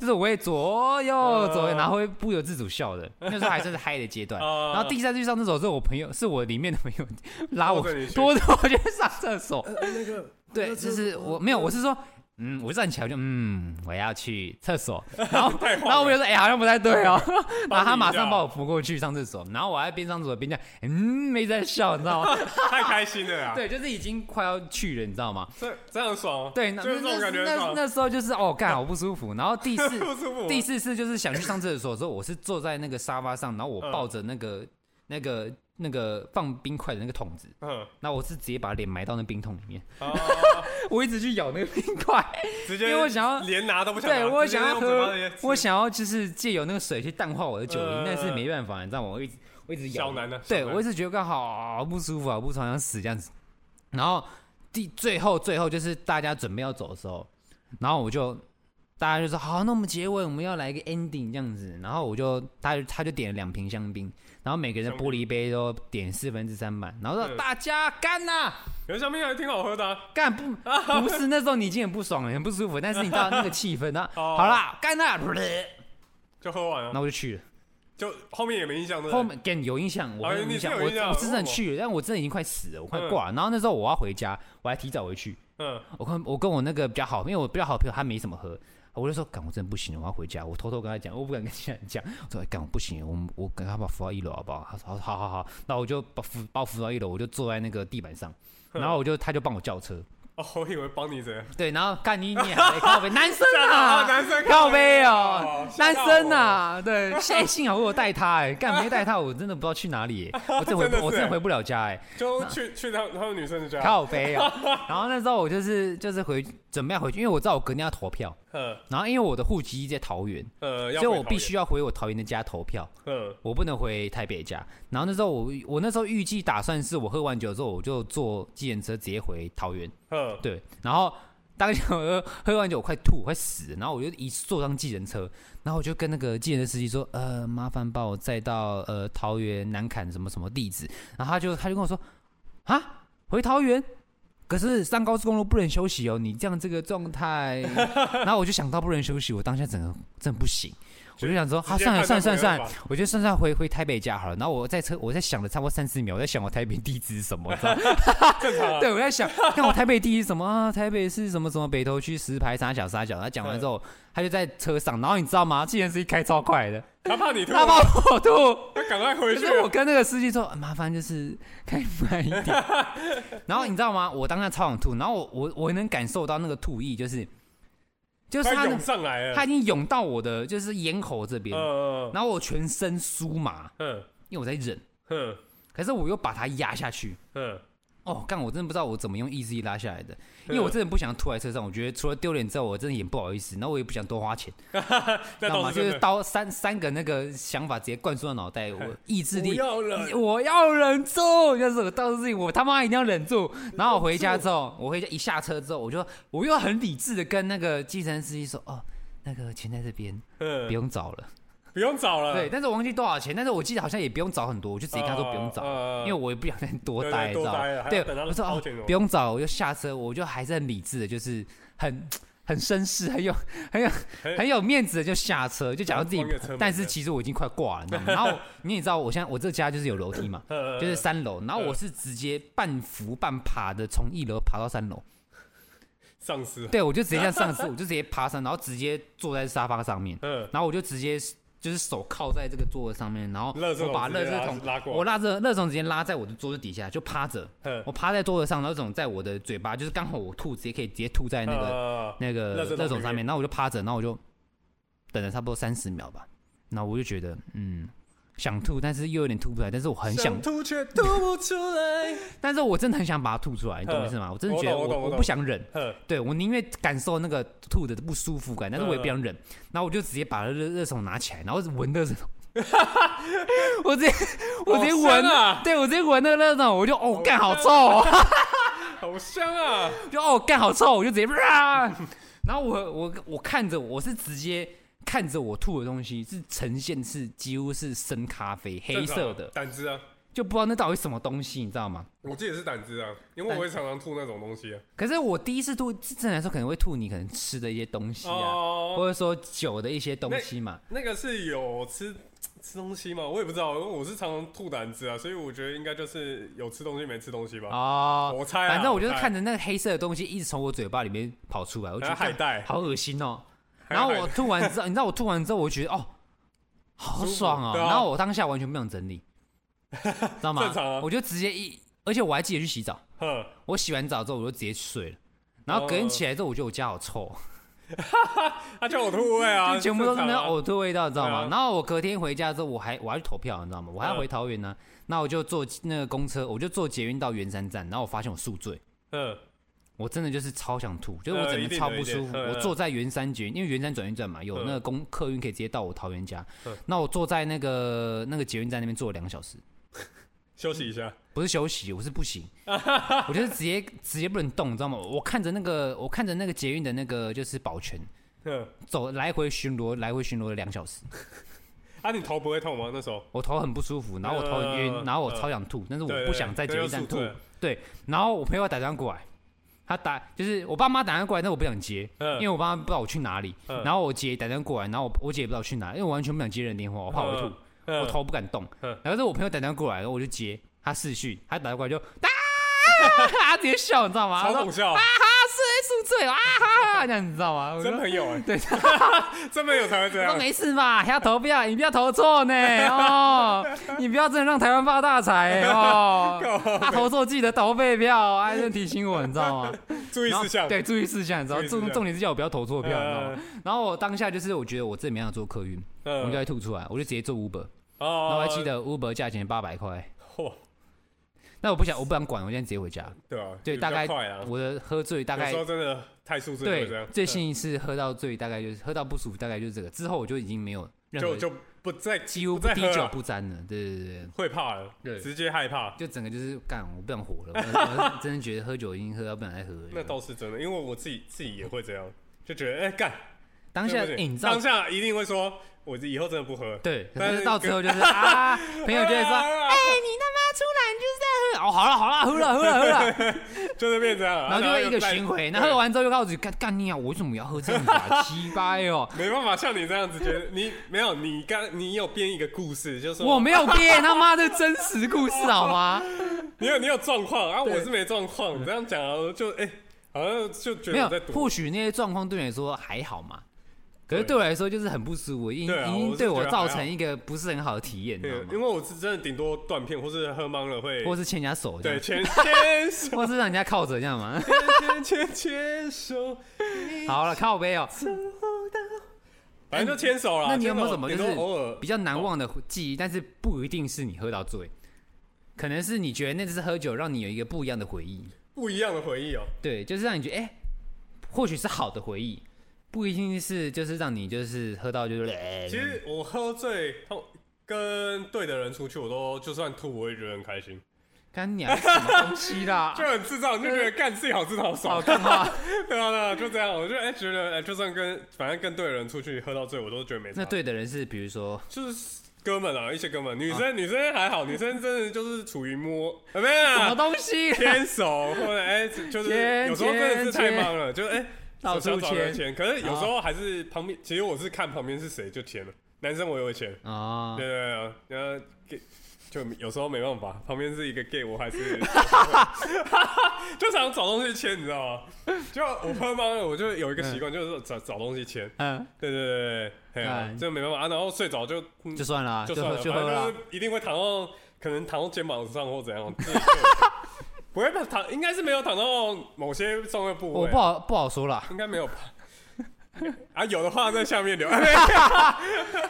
Speaker 2: 就是我会左
Speaker 3: <laughs> 呃
Speaker 2: 右左右，然后会不由自主笑的。那时候还算是嗨的阶
Speaker 3: <laughs>
Speaker 2: 段。
Speaker 3: 啊
Speaker 2: 然后第三次去上厕所的时候，我朋友是我里面的朋
Speaker 3: <laughs>
Speaker 2: 友拉我
Speaker 3: 拖着你去
Speaker 2: 拖着我去上厕所。
Speaker 3: 呃那个
Speaker 2: 对，就是我没有，我是说，嗯，我站起来我就嗯，我要去厕
Speaker 3: <laughs>
Speaker 2: 所，然后
Speaker 3: 太晃了
Speaker 2: 然后我就说，哎、好像不太对哦，然后他马
Speaker 3: 帮你一
Speaker 2: 上
Speaker 3: 下
Speaker 2: 把我扶过去上厕所，然后我还边上厕所边讲，嗯，没在笑，你知道吗？
Speaker 3: <laughs> 太开心了啦！，啊
Speaker 2: 对，就是已经快要去了，你知道吗？
Speaker 3: 这这样爽哦，
Speaker 2: 对，那
Speaker 3: 就是这种
Speaker 2: 那
Speaker 3: 感觉很
Speaker 2: 那
Speaker 3: 爽，
Speaker 2: 那时候就是哦，干好不舒服。然后第四
Speaker 3: <laughs> 不舒服吗
Speaker 2: 第四次就是想去上厕所的时候，我是坐在那个沙发上，然后我
Speaker 3: 嗯
Speaker 2: 抱着那个、那个那个放冰块的那个桶子，
Speaker 3: 嗯，
Speaker 2: 那我是直接把脸埋到那冰桶里面， <laughs>
Speaker 3: 哦
Speaker 2: 我一直去咬那个冰块，
Speaker 3: <laughs> 直接
Speaker 2: 因为我想要
Speaker 3: 连拿都不想拿，
Speaker 2: 对我
Speaker 3: 啊直接
Speaker 2: 想要
Speaker 3: 用嘴巴
Speaker 2: 喝
Speaker 3: 直接，吃
Speaker 2: 我想要就是借由那个水去淡化我的酒瘾
Speaker 3: 呃，
Speaker 2: 但是没办法，你知道吗？我一直我一直咬
Speaker 3: 小男的，
Speaker 2: 对
Speaker 3: 小男
Speaker 2: 我一直觉得刚好不舒服啊，不舒服，好想死这样子。然后第最后最后就是大家准备要走的时候，然后我就大家就说好，那我们结尾我们要来一个 ending 这样子。然后我就他他就点了两瓶香槟，然后每个人的玻璃杯都点四分之三满，然后说
Speaker 3: 嗯
Speaker 2: 大家干呐、
Speaker 3: 可是香槟还挺好喝的啊，
Speaker 2: 干不不是那时候你已经很不爽了，很不舒服，但是你到那个气氛，然后
Speaker 3: 哦
Speaker 2: 好啦，干呐、 <laughs>
Speaker 3: 就喝完
Speaker 2: 然
Speaker 3: 了，
Speaker 2: 后我就去了。
Speaker 3: 就后面也没印象，对不对
Speaker 2: 后面跟有影响，我
Speaker 3: 哎
Speaker 2: 很有
Speaker 3: 你
Speaker 2: 影响，
Speaker 3: 是有
Speaker 2: 我
Speaker 3: 印象
Speaker 2: 我是真的
Speaker 3: 哦
Speaker 2: 去了，但我真的已经快死了，我快
Speaker 3: 嗯
Speaker 2: 挂了。然后那时候我要回家，我还提早回去。
Speaker 3: 嗯，
Speaker 2: 我看我跟我那个比较好，因为我比较好的朋友他没什么喝，我就说干，我真的不行了，我要回家。我偷偷跟他讲，我不敢跟其他人讲，我说哎干，我不行，我我赶快把我扶到一楼好不好？他说好好好好，那我就把扶把我扶到一楼，我就坐在那个地板上，
Speaker 3: 嗯
Speaker 2: 然后我就他就帮我叫车，
Speaker 3: 哦，我以为帮你怎样，
Speaker 2: 对，然后干你你还靠背男生啊，
Speaker 3: 啊男生
Speaker 2: 靠背哦
Speaker 3: 哦，
Speaker 2: <laughs> 男
Speaker 3: 吓到我
Speaker 2: 生啊，对，哎，幸好我有带他，哎，干没带他，我真的不知道去哪里，哎
Speaker 3: <laughs>
Speaker 2: 我真回
Speaker 3: 真的是
Speaker 2: 我真的回不了家，
Speaker 3: <laughs>
Speaker 2: 哎，
Speaker 3: 就去去他他们女生的家，
Speaker 2: 靠背哦。然后那时候我就是就是回准备要回去，因为我知道我隔天要投票，
Speaker 3: 嗯
Speaker 2: 然后因为我的户籍在桃园，
Speaker 3: 呃，
Speaker 2: 所
Speaker 3: 要
Speaker 2: 以
Speaker 3: 回
Speaker 2: 我
Speaker 3: 桃
Speaker 2: 必
Speaker 3: 园
Speaker 2: 须，要回我桃园的家投票。
Speaker 3: 嗯
Speaker 2: 我不能回台北家，然后那时候我我那时候预计打算是我喝完酒之后我就坐计程车直接回桃园，
Speaker 3: 嗯，
Speaker 2: 对，然后当下我喝喝完酒我快吐，我快死了，然后我就一坐上计程车，然后我就跟那个计程车司机说，呃，麻烦把我载到呃桃园南坎什么什么地址，然后他就他就跟我说，啊，回桃园。可是上高速公路不能休息哦，你这样这个状
Speaker 3: <laughs>
Speaker 2: 态，然后我就想到不能休息，我当下整个真的不行，我就想说，啊，
Speaker 3: 直接
Speaker 2: 算了
Speaker 3: 看
Speaker 2: 算了算了
Speaker 3: 到没
Speaker 2: 算
Speaker 3: 办
Speaker 2: 了
Speaker 3: 法，
Speaker 2: 我就算算回回台北家好了。然后我在车我在想了差不多三四秒，我在想我台北地址是什么，你知道吗
Speaker 3: 正 <laughs> 常啊，
Speaker 2: 对，我在想，看我台北地是什么啊？台北是什么什么北投区石牌啥小啥小。他讲完之后，他就在车上，然后你知道吗？计程司机开超快的，
Speaker 3: 他怕你吐，
Speaker 2: 他把我吐。
Speaker 3: 他赶快回
Speaker 2: 可
Speaker 3: 去
Speaker 2: 是
Speaker 3: 啊
Speaker 2: 我，跟那个司机说，麻烦就是开慢一
Speaker 3: <laughs>
Speaker 2: 点。然后你知道吗？我当下超想吐，然后我我我能感受到那个吐意，就是就是
Speaker 3: 他
Speaker 2: 他那
Speaker 3: 涌上来
Speaker 2: 他
Speaker 3: 了，
Speaker 2: 已经涌到我的就是咽喉这边，
Speaker 3: 嗯
Speaker 2: 然后我全身酥麻，
Speaker 3: 嗯
Speaker 2: 因为我在忍，
Speaker 3: 嗯
Speaker 2: 可是我又把它压下去。
Speaker 3: 嗯，
Speaker 2: 哦，干！我真的不知道我怎么用意志力拉下来的，因为我真的不想吐在车上。我觉得除了丢脸之后，我真的也不好意思，然后我也不想多花钱，
Speaker 3: 那
Speaker 2: 知道吗？
Speaker 3: 倒
Speaker 2: 就
Speaker 3: 真
Speaker 2: 是
Speaker 3: 的，
Speaker 2: 刀三三个那个想法直接灌输到脑袋，我意志
Speaker 3: 不
Speaker 2: 力。
Speaker 3: 要了，
Speaker 2: 我要忍住，就是我到事情，我他妈一定要忍住。然后我回家之后，我回家一下车之后，我就我又很理智的跟那个计程司机说：“哦，那个钱在这边，不
Speaker 3: 嗯，
Speaker 2: 用找了。
Speaker 3: 不用找了，
Speaker 2: 对，但是我忘记多少钱，但是我记得好像也不用找很多，我就直接跟他说不用找，
Speaker 3: 嗯嗯
Speaker 2: 因
Speaker 3: 嗯
Speaker 2: 为我也不想再多
Speaker 3: 对
Speaker 2: 待，
Speaker 3: 对
Speaker 2: 你知道
Speaker 3: 多待
Speaker 2: 吗
Speaker 3: 了？还
Speaker 2: 对，
Speaker 3: 要等他
Speaker 2: 我说
Speaker 3: 掏
Speaker 2: 哦
Speaker 3: 钱哦，
Speaker 2: 不用找，我就下车，我就还是很理智的，就是很。很绅士，很有很有
Speaker 3: 很
Speaker 2: 很有面子的就下车，就假装自己
Speaker 3: 光个车门，
Speaker 2: 但是其实我已经快挂了，你知道吗？然 <laughs> 后你也知道，我现在我这家就是有楼梯嘛，
Speaker 3: 嗯
Speaker 2: 就是三楼，然后我是直接半扶半爬的从一楼爬到三楼，
Speaker 3: 丧尸，
Speaker 2: 对，我就直接像上次，我就直接爬山，然后直接坐在沙发上面，
Speaker 3: 嗯
Speaker 2: 然后我就直接就是手靠在这个桌子上面，然后
Speaker 3: 垃圾桶
Speaker 2: 我把
Speaker 3: 直接
Speaker 2: 热热
Speaker 3: 拉
Speaker 2: 桶
Speaker 3: 拉过来
Speaker 2: 我拉着热桶直接拉在我的桌子底下，就趴着
Speaker 3: 嗯，
Speaker 2: 我趴在桌子上，然后热桶在我的嘴巴，就是刚好我吐，直接可以直接吐在那
Speaker 3: 啊
Speaker 2: 个、
Speaker 3: 个
Speaker 2: 那个
Speaker 3: 热
Speaker 2: 热
Speaker 3: 种
Speaker 2: 桶上面，，然后我就趴着，然后我就等了差不多三十秒吧，然后我就觉得嗯想吐，但是又有点吐不出来，但是我很想
Speaker 3: 想吐却吐不出
Speaker 2: <laughs>
Speaker 3: 来。
Speaker 2: 但是我真的很想把它吐出来，你懂我意思吗？
Speaker 3: 嗯
Speaker 2: 我真的觉得
Speaker 3: 我懂我懂
Speaker 2: 我
Speaker 3: 我懂
Speaker 2: 不想忍，
Speaker 3: 嗯
Speaker 2: 对我宁愿感受那个吐的不舒服感，但是我也不想忍。然后我就直接把热热手拿起来，然后闻热手，我直接我直接
Speaker 3: 好
Speaker 2: 闻
Speaker 3: 香啊
Speaker 2: 对我直接闻那个热手，我就哦干好臭、哦，
Speaker 3: 好香啊！
Speaker 2: <laughs> 就哦干好臭，我就直接啊。然后我我我看着我是直接看着我吐的东西是呈现是几乎是深咖啡黑色
Speaker 3: 正常
Speaker 2: 的
Speaker 3: 啊，胆汁啊，
Speaker 2: 就不知道那到底什么东西，你知道吗？
Speaker 3: 我记得是胆汁啊，因为我会常常吐那种东西啊。
Speaker 2: 可是我第一次吐，正来说可能会吐你可能吃的一些东西啊，
Speaker 3: 哦，
Speaker 2: 或者说酒的一些东西嘛。
Speaker 3: 那个是有吃吃东西吗？我也不知道，因为我是常常吐胆汁啊，所以我觉得应该就是有吃东西没吃东西吧。
Speaker 2: 哦，
Speaker 3: 我猜啊
Speaker 2: 反正我就是
Speaker 3: 我猜
Speaker 2: 看着那个黑色的东西一直从我嘴巴里面跑出来，我觉得
Speaker 3: 还有海哎带哎
Speaker 2: 好恶心哦。
Speaker 3: 还有
Speaker 2: 然后
Speaker 3: 海
Speaker 2: 我吐完之后，你知道我 <laughs> 吐完之后，我觉得哦，好爽
Speaker 3: 舒
Speaker 2: 哦。
Speaker 3: 服对啊
Speaker 2: 然后我当下完全不想整理，知道吗？
Speaker 3: <laughs> 正常啊
Speaker 2: 我就直接一，而且我还记得去洗澡。
Speaker 3: 哼，
Speaker 2: 我洗完澡之后，我就直接去睡了。然后隔天起来之后，我觉得我家好臭。
Speaker 3: 它就有吐味啊，
Speaker 2: <laughs> 就 <laughs> 全部都是
Speaker 3: 正
Speaker 2: 那哦
Speaker 3: 常哦啊
Speaker 2: 呕吐味道，知道吗？
Speaker 3: 对啊
Speaker 2: 然后我隔天回家之后，我还我还去投票，你知道吗？我还要
Speaker 3: 嗯
Speaker 2: 回桃园呢、那我就坐那个公车，我就坐捷运到圆山站，然后我发现我宿醉，
Speaker 3: 嗯，
Speaker 2: 我真的就是超想吐，就是我
Speaker 3: 呃
Speaker 2: 整
Speaker 3: 一
Speaker 2: 个
Speaker 3: 定
Speaker 2: 超
Speaker 3: 的
Speaker 2: 不
Speaker 3: 一定
Speaker 2: 舒服。
Speaker 3: 嗯嗯
Speaker 2: 我坐在圆山捷运，因为圆山转运站嘛，有
Speaker 3: 嗯
Speaker 2: 那个公客运可以直接到我桃园家
Speaker 3: 嗯。
Speaker 2: 那我坐在那个那个捷运站那边坐了两个小时，
Speaker 3: 休息一下。
Speaker 2: 不是休息，我是不
Speaker 3: <laughs>
Speaker 2: 行，我就是直接直接不能动，你知道吗？我看着那个我看着那个捷运的那个就是保全
Speaker 3: 哼，
Speaker 2: 走来回巡逻，来回巡逻了两小时。
Speaker 3: 啊，你头不会痛吗？那时候？
Speaker 2: 我头很不舒服，然后我头很晕，
Speaker 3: 呃
Speaker 2: 然后我超想吐，但是我不想在捷运站吐
Speaker 3: 对对对那就宿。
Speaker 2: 对，然后我朋友打电话过来，他打就是我爸妈打电话过来，但我不想接，
Speaker 3: 嗯
Speaker 2: 因为我爸妈不知道我去哪里。
Speaker 3: 嗯
Speaker 2: 然后我姐打电话过来，然后我我姐也不知道我去哪，因为我完全不想接人电话，我怕我会吐，
Speaker 3: 嗯
Speaker 2: 我头不敢动。
Speaker 3: 嗯
Speaker 2: 然后是我朋友打电话过来，然后我就接，他视讯，他打电话
Speaker 3: <laughs>
Speaker 2: 过来就啊，他直接笑，你知道吗？他
Speaker 3: 超
Speaker 2: 说
Speaker 3: 搞笑
Speaker 2: 啊，哈，是宿醉啊哈，这样你知道吗？我
Speaker 3: 真
Speaker 2: 说
Speaker 3: 朋友哎，
Speaker 2: 对。
Speaker 3: 真朋友才会这
Speaker 2: 说 <laughs>
Speaker 3: 样。
Speaker 2: 啊没事吧，还要投票，你不要投错
Speaker 3: <laughs>
Speaker 2: 呢哦，你不要真的让台湾发大财
Speaker 3: <laughs>
Speaker 2: 哦。他投错记得投废票，啊还是提醒我，你知道吗？
Speaker 3: <laughs> 注意
Speaker 2: 然后
Speaker 3: 事项。
Speaker 2: 对，注意事项，你知道
Speaker 3: 注意事项
Speaker 2: 重重点是叫我不要投错票，你知道
Speaker 3: 嗯
Speaker 2: 吗？然后我当下就是我觉得我这没办法做客运，
Speaker 3: 嗯
Speaker 2: 我应该吐出来，我就直接做 Uber，然后
Speaker 3: 哦，
Speaker 2: 我还记得 Uber 价钱八百块，
Speaker 3: 嚯，
Speaker 2: 那我不想我不想管，我现在直接回家。
Speaker 3: 对啊，
Speaker 2: 对，
Speaker 3: 比
Speaker 2: 大
Speaker 3: 较
Speaker 2: 概
Speaker 3: 快啊。
Speaker 2: 我的喝醉大
Speaker 3: 有
Speaker 2: 概
Speaker 3: 时候真的太宿醉会这
Speaker 2: 对
Speaker 3: 样，
Speaker 2: 最新一次喝到醉大概就是喝到不舒服，大概就是这个之后我就已经没有任
Speaker 3: 就
Speaker 2: 何
Speaker 3: 就不再
Speaker 2: 几乎
Speaker 3: 不再
Speaker 2: 滴
Speaker 3: 喝啊
Speaker 2: 酒
Speaker 3: 了
Speaker 2: 不沾了，对对对对，
Speaker 3: 会怕了，
Speaker 2: 对
Speaker 3: 直接害怕。
Speaker 2: 就整个就是干，我不想活
Speaker 3: <laughs>
Speaker 2: 了，我我真的觉得喝酒已经喝到不想再喝了。
Speaker 3: 那倒是真的，因为我自己自己也会这样，就觉得哎干，
Speaker 2: 当下，
Speaker 3: 对
Speaker 2: 哎、
Speaker 3: 不起
Speaker 2: 你知道
Speaker 3: 当，下一定会说，我以后真的不喝。
Speaker 2: 对，
Speaker 3: 但
Speaker 2: 可是
Speaker 3: 是
Speaker 2: 到
Speaker 3: 跟
Speaker 2: 最后就是
Speaker 3: <laughs>
Speaker 2: 啊，朋友就会说，哎、
Speaker 3: 啊
Speaker 2: 你他妈出来你就是在喝，哦，好了好了，喝了喝了喝
Speaker 3: <laughs>
Speaker 2: 了，
Speaker 3: 就是变这样了，啊
Speaker 2: 然后就会一个
Speaker 3: 又
Speaker 2: 巡回，
Speaker 3: 对
Speaker 2: 那喝完之后又告诉你干干你啊，我为什么要喝这样子啊，奇葩
Speaker 3: <laughs>
Speaker 2: 哦。
Speaker 3: 没办法像你这样子，觉得你没有你刚你有编一个故事，就是说
Speaker 2: 我没有编，他妈的真实故事好
Speaker 3: <laughs>
Speaker 2: 吗？
Speaker 3: 你有你有状况啊，我是没状况，你这样讲啊就哎、好像就觉
Speaker 2: 没
Speaker 3: 得
Speaker 2: 有
Speaker 3: 我在，赌
Speaker 2: 或许那些状况对你来说还好嘛，可是
Speaker 3: 对
Speaker 2: 对我来说就是很不舒服，已经
Speaker 3: 对啊
Speaker 2: 已
Speaker 3: 我
Speaker 2: 经
Speaker 3: 是
Speaker 2: 对
Speaker 3: 觉
Speaker 2: 我
Speaker 3: 得
Speaker 2: 造
Speaker 3: 还好
Speaker 2: 成一个不是很好的体验，你知
Speaker 3: 对
Speaker 2: 道，吗？
Speaker 3: 因为我是真的顶多断片，或是喝懵了会
Speaker 2: 或是牵人家手这样 <laughs>
Speaker 3: 对，牵牵手，
Speaker 2: 或是让人家靠着这样嘛。
Speaker 3: 牵牵牵手，
Speaker 2: 好了，靠背哦。
Speaker 3: 反正就牵手啦。
Speaker 2: 那你有没有什么就
Speaker 3: 牵手
Speaker 2: 是
Speaker 3: 顶多偶尔
Speaker 2: 比较难忘的记忆？但是不一定是你喝到醉，可能是你觉得那次喝酒让你有一个不一样的回忆。
Speaker 3: 不一样的回忆哦、
Speaker 2: 对，就是让你觉得哎、或许是好的回忆，不一定是就是让你就是喝到就是 <laughs> 哎
Speaker 3: 其实我喝醉痛，跟对的人出去，我都就算吐，我也觉得很开心，
Speaker 2: 干娘什么东西啦
Speaker 3: <laughs> 就？很智障，就觉得干自己好自
Speaker 2: 啊
Speaker 3: 讨
Speaker 2: 好
Speaker 3: 爽。
Speaker 2: 干嘛？
Speaker 3: <laughs> 对啊，对啊，就这样，我就哎、觉得哎、就算跟反正跟对的人出去喝到醉，我都觉得没差。
Speaker 2: 那对的人是比如说
Speaker 3: 就是哥们啊，一些哥们，女生、女生还好，女生真的就是处于摸，啊没有
Speaker 2: 什么
Speaker 3: 啊，
Speaker 2: 东西啦？
Speaker 3: 牵手或者哎、就是
Speaker 2: 牵
Speaker 3: 有时候真的是太忙了，就哎、
Speaker 2: 到处
Speaker 3: 手上找人
Speaker 2: 牵啊
Speaker 3: 牵，可是有时候还是旁边，其实我是看旁边是谁就牵了，男生我也会牵，
Speaker 2: <laughs> 哦
Speaker 3: 对，对对，然后给。就有时候没办法，旁边是一个 gay，我还是就想找东西签，你知道吗？就我喝妈的，我就有一个习惯，就是找找东西签。
Speaker 2: 嗯，
Speaker 3: 对对对对对，哎呀
Speaker 2: 干
Speaker 3: 这没办法啊。然后睡着就嗯
Speaker 2: 就算了啊，
Speaker 3: 就
Speaker 2: 就
Speaker 3: 算
Speaker 2: 喝
Speaker 3: 了，
Speaker 2: 就
Speaker 3: 反
Speaker 2: 喝
Speaker 3: 正
Speaker 2: 了
Speaker 3: 就是一定会躺到，可能躺到肩膀上或怎样。就是不会躺，应该是没有躺到某些重要部位啊。
Speaker 2: 我不好不好说啦，
Speaker 3: 应该没有吧？啊，有的话在下面留。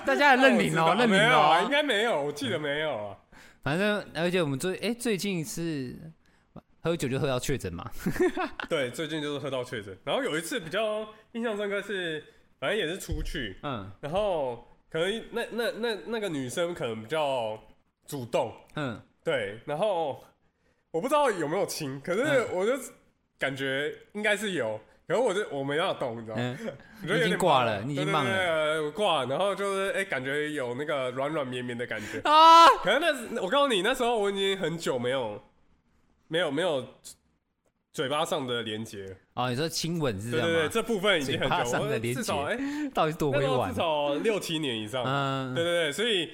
Speaker 2: 大家来认领哦，
Speaker 3: 我知道
Speaker 2: 认领
Speaker 3: 没有啊，应
Speaker 2: 哦。
Speaker 3: 该没有，我记得没有啊。
Speaker 2: 反正而且我们最哎最近是喝酒就喝到确诊嘛，
Speaker 3: 对，最近就是喝到确诊，然后有一次比较印象深刻是，反正也是出去，
Speaker 2: 嗯
Speaker 3: 然后可能那那那那个女生可能比较主动，
Speaker 2: 嗯，
Speaker 3: 对，然后我不知道有没有亲，可是
Speaker 2: 嗯
Speaker 3: 我就感觉应该是有，可是我就我没要动，你知道吗？
Speaker 2: <laughs> 嗯
Speaker 3: 我觉得有
Speaker 2: 你已经
Speaker 3: 点
Speaker 2: 挂
Speaker 3: 忙啊
Speaker 2: 了你已经
Speaker 3: 对对
Speaker 2: 忙了。
Speaker 3: 对呃我挂了，然后就是哎、感觉有那个软软绵绵的感觉
Speaker 2: <laughs> 啊，
Speaker 3: 可能那时我告诉你，那时候我已经很久没有，没有没有嘴巴上的连接了。
Speaker 2: 哦，你说亲吻是这
Speaker 3: 对对对，
Speaker 2: 样
Speaker 3: 这部分已经很
Speaker 2: 嘴巴
Speaker 3: 久，
Speaker 2: 上的
Speaker 3: 我
Speaker 2: 连
Speaker 3: 至少
Speaker 2: 结
Speaker 3: 哎，
Speaker 2: 吗？到底多
Speaker 3: 那
Speaker 2: 委
Speaker 3: 时候
Speaker 2: 婉啊
Speaker 3: 至？少六七年以上。
Speaker 2: 嗯
Speaker 3: 对，对对，所以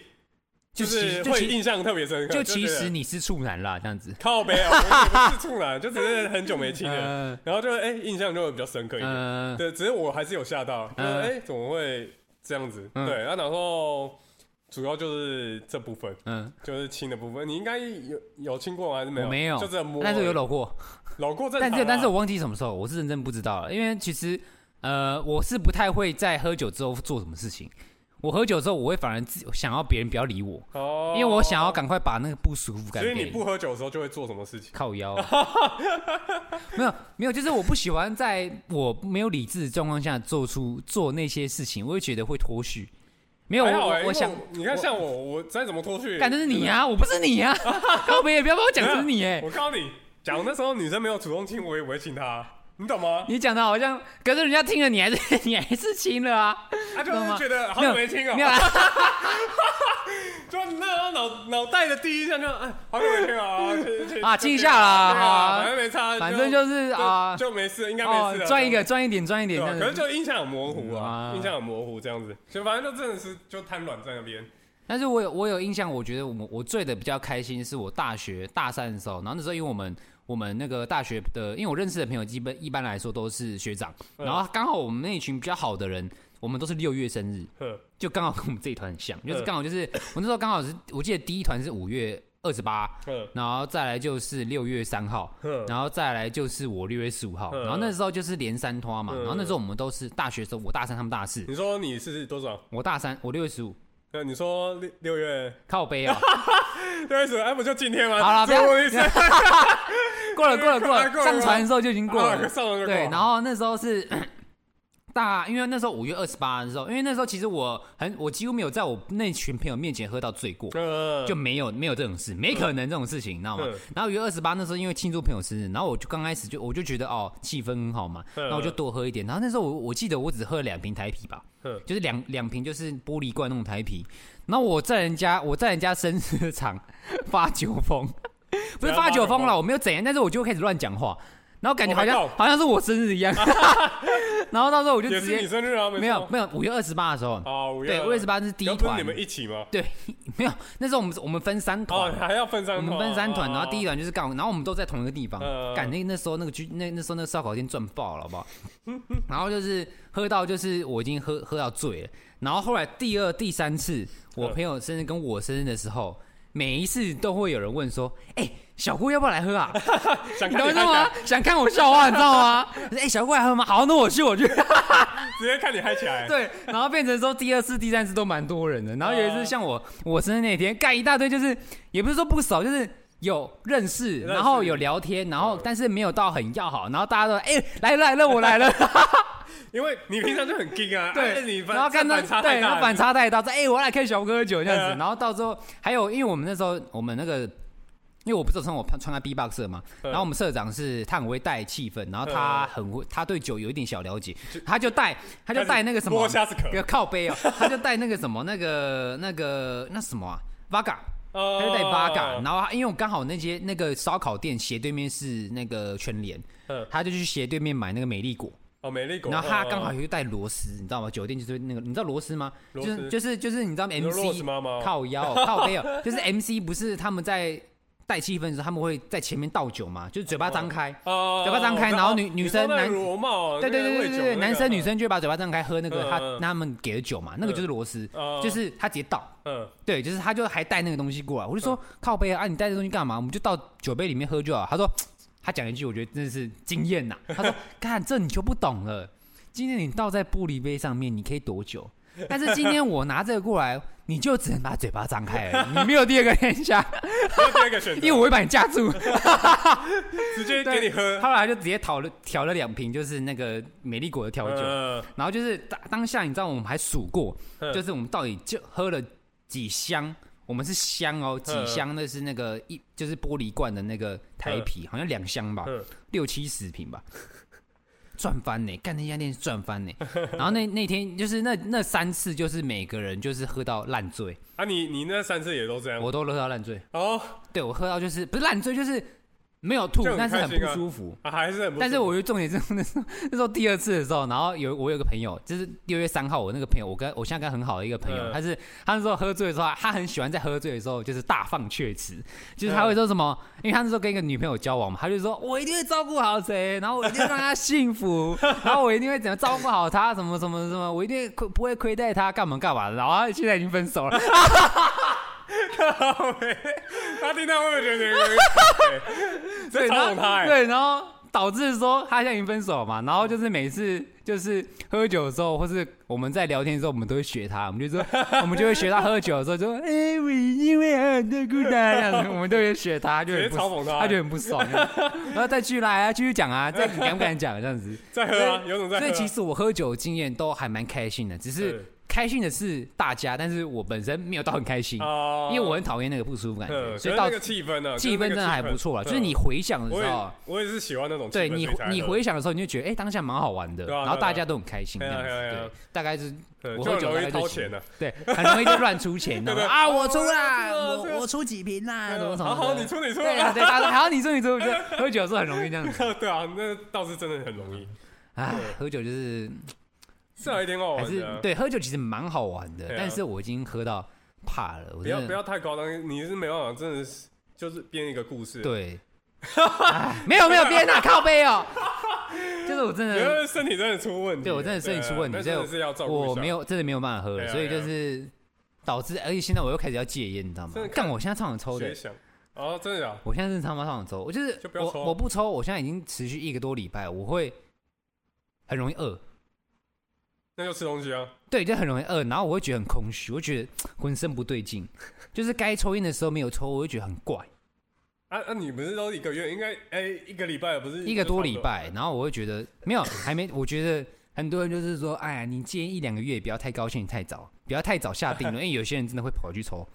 Speaker 2: 就
Speaker 3: 就是
Speaker 2: 其就
Speaker 3: 会
Speaker 2: 其
Speaker 3: 印象特别深刻。
Speaker 2: 就
Speaker 3: 觉
Speaker 2: 其
Speaker 3: 得
Speaker 2: 实你是处男啦，这样子。
Speaker 3: 靠北啊，我也不是处男，就只是很久没亲了，
Speaker 2: <laughs> 嗯
Speaker 3: 然后就哎印象就会比较深刻一点。
Speaker 2: 嗯
Speaker 3: 对，只是我还是有吓到，就是
Speaker 2: 嗯
Speaker 3: 哎、怎么会这样子？
Speaker 2: 嗯
Speaker 3: 对，啊，然后主要就是这部分，
Speaker 2: 嗯，
Speaker 3: 就是亲的部分，你应该有有亲过吗？还是没有？
Speaker 2: 我没有
Speaker 3: 就这摸而已，
Speaker 2: 但是有搂过，
Speaker 3: 搂过正常啊，
Speaker 2: 但是但是我忘记什么时候，我是认真不知道了，因为其实呃，我是不太会在喝酒之后做什么事情。我喝酒之后，我会反而自想要别人不要理我，
Speaker 3: 哦，
Speaker 2: 因为我想要，赶快把那个不舒服感
Speaker 3: 所
Speaker 2: 给。
Speaker 3: 以你不喝酒的时候就会做什么事情？
Speaker 2: 靠
Speaker 3: <laughs>
Speaker 2: 腰、没有没有，就是我不喜欢在我没有理智的状况下做出做那些事情，我会觉得会脱序。没有，
Speaker 3: 还好
Speaker 2: 我
Speaker 3: 哎、因
Speaker 2: 我
Speaker 3: 为
Speaker 2: 我想，
Speaker 3: 你看像我，啊我再怎么脱去，
Speaker 2: 干这是你呀、我不是你
Speaker 3: <laughs>
Speaker 2: 呀、靠北也不要帮我讲这是你哎、
Speaker 3: 我告诉你，假如那时候女生没有主动亲，我也不会亲她，啊你懂吗？
Speaker 2: 你讲的好像，可是人家听了你还是你还是亲了啊，
Speaker 3: 她就
Speaker 2: 懂
Speaker 3: 是
Speaker 2: 吗
Speaker 3: 觉得 <laughs> 好
Speaker 2: 没
Speaker 3: 久
Speaker 2: 有
Speaker 3: 没亲哦、
Speaker 2: 没有、啊，
Speaker 3: 就那时候脑脑袋的第一印象就哎，好久没听啊，去去
Speaker 2: 啊
Speaker 3: 去
Speaker 2: 亲一下啦
Speaker 3: 对
Speaker 2: 啊
Speaker 3: 啊，反正没差，
Speaker 2: 反正就是啊
Speaker 3: 就没事，应该没
Speaker 2: 哦
Speaker 3: 事的，
Speaker 2: 赚一个赚一点赚一
Speaker 3: 对啊
Speaker 2: 点
Speaker 3: 吧。
Speaker 2: 这样
Speaker 3: 可是
Speaker 2: 子。
Speaker 3: 就印象很模糊
Speaker 2: 嗯
Speaker 3: 啊
Speaker 2: 啊，
Speaker 3: 印象很模糊这样子，就反正就真的是就瘫软在那边。
Speaker 2: 但是我有我有印象，我觉得我我醉的比较开心，是我大学大三的时候，然后那时候因为我们我们那个大学的，因为我认识的朋友基本一般来说都是学长，
Speaker 3: 嗯
Speaker 2: 然后刚好我们那一群比较好的人，我们都是六月生日，
Speaker 3: 呵
Speaker 2: 就刚好跟我们这一团很像，就是
Speaker 3: 嗯
Speaker 2: 刚好就是我那时候刚好是我记得第一团是五月二十八，
Speaker 3: 呵
Speaker 2: 然后再来就是六月三号，
Speaker 3: 呵，
Speaker 2: 然后再来就是我六月十五号，
Speaker 3: 嗯
Speaker 2: 然后那时候就是连三拖嘛，
Speaker 3: 嗯
Speaker 2: 然后那时候我们都是大学的时候，我大三他们大四，
Speaker 3: 你说你是多少？
Speaker 2: 我大三我六月十五
Speaker 3: 那你说六六月
Speaker 2: 靠背啊，
Speaker 3: 六月十五，哎，不就今天吗？
Speaker 2: 好了，不
Speaker 3: 这
Speaker 2: 要
Speaker 3: 是我的意思。
Speaker 2: 过了过了过
Speaker 3: 过了过
Speaker 2: 了，
Speaker 3: 了
Speaker 2: 上船的时候就已经过
Speaker 3: 啊
Speaker 2: 了，
Speaker 3: 上完就
Speaker 2: 对，然
Speaker 3: 后
Speaker 2: 后那时候是大，因为那时候五月二十八的时候，因为那时候其实我很我几乎没有在我那群朋友面前喝到醉过。
Speaker 3: 呃
Speaker 2: 就没有没有这种事，没可能这种事情，你知道吗
Speaker 3: 嗯？
Speaker 2: 然后五月二十八那时候，因为庆祝朋友生日，然后我就刚开始就我就觉得哦，气氛很好嘛，
Speaker 3: 嗯
Speaker 2: 然后我就多喝一点。然后那时候我我记得我只喝了两瓶台啤吧
Speaker 3: 嗯，
Speaker 2: 就是两两瓶就是玻璃罐那种台啤。然后我在人家我在人家生日场发酒疯， <laughs> 不是
Speaker 3: 怎样
Speaker 2: 发酒
Speaker 3: 发酒
Speaker 2: 疯了，
Speaker 3: 疯
Speaker 2: 我没有怎样，但是我就开始乱讲话，然后感觉
Speaker 3: Oh my
Speaker 2: 好像
Speaker 3: God
Speaker 2: 好像是我生日一
Speaker 3: <laughs>
Speaker 2: 样。然后到时候我就
Speaker 3: 也
Speaker 2: 直
Speaker 3: 是你
Speaker 2: 接
Speaker 3: 生日啊，
Speaker 2: 没有没有五月二十八的时候，
Speaker 3: 啊，五月
Speaker 2: 对五月二十八是第一
Speaker 3: 要不是
Speaker 2: 团
Speaker 3: 你，们一起吗？
Speaker 2: 对，没有那时候我们我们分三
Speaker 3: 哦
Speaker 2: 团，。
Speaker 3: 还要分三
Speaker 2: 我
Speaker 3: 团，
Speaker 2: 们分三团，
Speaker 3: 哦
Speaker 2: 然后第一团就是干，然后我们都在同一个地方
Speaker 3: 嗯。
Speaker 2: 赶那那时候那个居那那时候那个烧烤店赚爆了，好不好？然后就是喝到就是我已经喝喝到醉了，然后后来第二第三次我
Speaker 3: 嗯
Speaker 2: 朋友生日跟我生日的时候，每一次都会有人问说：“哎，小郭要不要来喝啊？”
Speaker 3: 想
Speaker 2: 你懂
Speaker 3: 看你
Speaker 2: 我意思
Speaker 3: 嗨起
Speaker 2: 吗
Speaker 3: 来，？
Speaker 2: 想看我笑话，你知道吗？哎、小郭来喝吗？好，那我去，我去。
Speaker 3: 直接看你嗨起来。
Speaker 2: 对，然后变成说第二次、第三次都蛮多人的。然后有一
Speaker 3: 哦
Speaker 2: 次像我，我生日那天干一大堆，就是也不是说不熟，就是。有认识，
Speaker 3: 识
Speaker 2: 然后有聊天，然后
Speaker 3: 嗯
Speaker 2: 但是没有到很要好，然后大家都哎、来了来了我来了，
Speaker 3: 因为你平常就很硬啊，
Speaker 2: 对，
Speaker 3: 啊你反
Speaker 2: 然后看到
Speaker 3: 反差
Speaker 2: 对，
Speaker 3: 太
Speaker 2: 然
Speaker 3: 大
Speaker 2: 后
Speaker 3: 了，
Speaker 2: 反差太大，说哎、我来看小哥喝酒这样
Speaker 3: 对
Speaker 2: 子，
Speaker 3: 啊
Speaker 2: 然后到时候还有，因为我们那时候我们那个。因为我不是有穿我穿个 B box 社嘛，
Speaker 3: 嗯
Speaker 2: 然后我们社长是他很会带气氛，然后他很会，他对酒有一点小了解，他就带他就带那个什么
Speaker 3: 摸虾子壳
Speaker 2: 靠背哦，他就带那个什么那个那个那什么啊 v a g a
Speaker 3: 哦
Speaker 2: 他就带 v a g a 然后他因为我刚好那些那个烧烤店斜对面是那个全联
Speaker 3: 嗯，
Speaker 2: 他就去斜对面买那个美丽果，
Speaker 3: 哦，美丽果。
Speaker 2: 然后他刚好
Speaker 3: 哦
Speaker 2: 又带螺丝，你知道吗？酒店就是那个，你知道螺丝吗？就
Speaker 3: 螺丝
Speaker 2: 是就是就是，你知道
Speaker 3: 你说 Rose
Speaker 2: MC
Speaker 3: 妈妈哦
Speaker 2: 靠
Speaker 3: <laughs>
Speaker 2: 腰靠背哦，就是 MC 不是他们在带气氛的时候，他们会在前面倒酒嘛，就是嘴巴张开，
Speaker 3: 哦，
Speaker 2: 嘴巴张开
Speaker 3: 我知道
Speaker 2: 然后女女生
Speaker 3: 你说那
Speaker 2: 男
Speaker 3: 个容貌哦，
Speaker 2: 对对
Speaker 3: 那个
Speaker 2: 对对
Speaker 3: 喂
Speaker 2: 对
Speaker 3: 酒
Speaker 2: 对，
Speaker 3: 那
Speaker 2: 男
Speaker 3: 个
Speaker 2: 生女，生就会把嘴巴张开喝那个
Speaker 3: 嗯
Speaker 2: 他
Speaker 3: 嗯
Speaker 2: 他们给的酒嘛，那个就是螺丝
Speaker 3: 哦，
Speaker 2: 就是他直接倒。
Speaker 3: 嗯，
Speaker 2: 对，就是他就还带那个东西过来，我就说、靠背啊，啊你带这东西干嘛？我们就到酒杯里面喝就好。他说他讲一句，我觉得真的是惊艳呐。他说 <laughs> 看这你就不懂了，今天你倒在玻璃杯上面，你可以多久？但是今天我拿这个过来，你就只能把嘴巴张开而已，你没有第二个选项，
Speaker 3: 这是第二个选择，
Speaker 2: <laughs> 因为我会把你架住。
Speaker 3: 直接
Speaker 2: 对
Speaker 3: 给你喝，
Speaker 2: 后来就直接讨了调了两瓶，就是那个美丽果的调酒，
Speaker 3: 嗯
Speaker 2: 然后就是当当下，你知道我们还数过，
Speaker 3: 嗯
Speaker 2: 就是我们到底就喝了几箱，我们是箱哦，几
Speaker 3: 嗯
Speaker 2: 箱？那是那个一就是玻璃罐的那个台啤，好像两箱吧
Speaker 3: 嗯，
Speaker 2: 六七十瓶
Speaker 3: <laughs>
Speaker 2: 吧，赚翻呢！干那家店是赚翻呢。然后那那天就是那那三次，就是每个人就是喝到烂醉，
Speaker 3: 啊，你你那三次也都这样，
Speaker 2: 我都喝到烂醉，
Speaker 3: 哦，
Speaker 2: 对我喝到就是不是烂醉，就是没有吐
Speaker 3: 这，样
Speaker 2: 但
Speaker 3: 很
Speaker 2: 是很
Speaker 3: 开心
Speaker 2: 不
Speaker 3: 啊
Speaker 2: 舒服。
Speaker 3: 啊还是很不错，
Speaker 2: 但是我觉得重点是那时候那时候第二次的时候，然后有我有个朋友，就是六月三号，我那个朋友，我跟我现在跟很好的一个朋友，
Speaker 3: 嗯
Speaker 2: 他是他那时候喝醉的时候，他很喜欢在喝醉的时候就是大放厥词，
Speaker 3: 嗯
Speaker 2: 就是他会说什么，因为他那时候跟一个女朋友交往嘛，他就说我一定会照顾好谁，然后我一定会让她啊幸福， <laughs> 然后我一定会怎么照顾好她，什么什么什么，我一定会亏不会亏待她，干嘛干嘛的，然后他现在已经分手了，
Speaker 3: 靠北他听到会不会觉
Speaker 2: <laughs>
Speaker 3: 得你很对
Speaker 2: 对，
Speaker 3: 真嘲
Speaker 2: 然
Speaker 3: 讽他
Speaker 2: 后
Speaker 3: 欸？
Speaker 2: 对，然后导致说他现在已经分手了嘛，然后就是每次就是喝酒的时候，或是我们在聊天的时候，我们都会学他，我们就
Speaker 3: <laughs>
Speaker 2: 说我们就会学他喝酒的时候就说，哎、我因为很照顾他，这样子，我们都会学他，就
Speaker 3: 直
Speaker 2: 很
Speaker 3: 接
Speaker 2: 不
Speaker 3: 嘲讽他
Speaker 2: 他就很不爽，
Speaker 3: <laughs>
Speaker 2: 这样子然后再继续来啊，继续讲啊，再你敢不敢讲这样子？
Speaker 3: 再喝啊，有种再喝
Speaker 2: 所
Speaker 3: 啊。
Speaker 2: 以其实我喝酒的经验都还蛮开心的，只是
Speaker 3: 对
Speaker 2: 开心的是大家，但是我本身没有到很开心，
Speaker 3: 哦
Speaker 2: 因为我很讨厌那个不舒服感觉，所
Speaker 3: 嗯，所
Speaker 2: 以
Speaker 3: 以
Speaker 2: 到
Speaker 3: 那个气氛呢，
Speaker 2: 气氛真的还不错啦，啊就是你回想的
Speaker 3: 我
Speaker 2: 时候
Speaker 3: 也
Speaker 2: 啊，
Speaker 3: 我也是喜欢那种气
Speaker 2: 对
Speaker 3: 氛
Speaker 2: 你
Speaker 3: 所以才
Speaker 2: 你
Speaker 3: 喝
Speaker 2: 回想的时候，你就觉得哎、当下蛮好玩的，
Speaker 3: 对啊
Speaker 2: 然后大家都很开心这
Speaker 3: 对啊
Speaker 2: 样子，
Speaker 3: 对啊对啊
Speaker 2: 对
Speaker 3: 对啊，
Speaker 2: 大概是
Speaker 3: 对
Speaker 2: 我喝
Speaker 3: 就很
Speaker 2: 酒大
Speaker 3: 容
Speaker 2: 概
Speaker 3: 易
Speaker 2: 就行
Speaker 3: 掏钱的，
Speaker 2: 对，很容易就乱出
Speaker 3: <laughs>
Speaker 2: 钱的
Speaker 3: 对对
Speaker 2: 啊，我出啦，
Speaker 3: 哦对啊啊
Speaker 2: 我我出几瓶啦，什么什么
Speaker 3: 好
Speaker 2: 的，
Speaker 3: 好你出你出
Speaker 2: 对啊，
Speaker 3: 啊，
Speaker 2: 对，大家都好你出你出，就喝酒的时候很容易这样子，
Speaker 3: <laughs> 对啊，那倒是真的很容易，
Speaker 2: 哎，喝酒就是
Speaker 3: 是还挺好
Speaker 2: 还
Speaker 3: 玩
Speaker 2: 是
Speaker 3: 的啊。
Speaker 2: 对喝酒其实蛮好玩的
Speaker 3: 对，啊
Speaker 2: 但是我已经喝到怕了，我
Speaker 3: 不要
Speaker 2: 真
Speaker 3: 不
Speaker 2: 的
Speaker 3: 要太夸张，你是没办法，真的是就是编一个故事，， <laughs>
Speaker 2: 对，哎没有没有别人拿靠背哦，就是我真
Speaker 3: 因
Speaker 2: 的
Speaker 3: 为身体真的出问题了，
Speaker 2: 对我真的身体出问题，
Speaker 3: 对啊那
Speaker 2: 所以
Speaker 3: 真的是要照顾一下
Speaker 2: 我没有真的没有办法喝
Speaker 3: 对
Speaker 2: 了，
Speaker 3: 啊
Speaker 2: 所以就
Speaker 3: 对啊
Speaker 2: 是导致，而且现在我又开始要戒烟，你知道吗
Speaker 3: 真的？看
Speaker 2: 干，我现在超想抽的
Speaker 3: 学，想，哦，真的啊，
Speaker 2: 我现在真的他妈超想抽，我就是
Speaker 3: 就不要抽
Speaker 2: 我我不抽，我现在已经持续一个多礼拜，我会很容易饿，
Speaker 3: 那就吃东西啊，
Speaker 2: 对，就很容易饿，然后我会觉得很空虚，我觉得浑身不对劲，就是该抽烟的时候没有抽，我会觉得很怪，
Speaker 3: 啊啊，你不是都一个月，应该哎一个礼拜不是
Speaker 2: 一个多礼，拜，然后我会觉得没有还没，我觉得。很多人就是说，哎呀，你戒烟一两个月，不要太高兴，太早，不要太早下定论，因为有些人真的会跑去抽。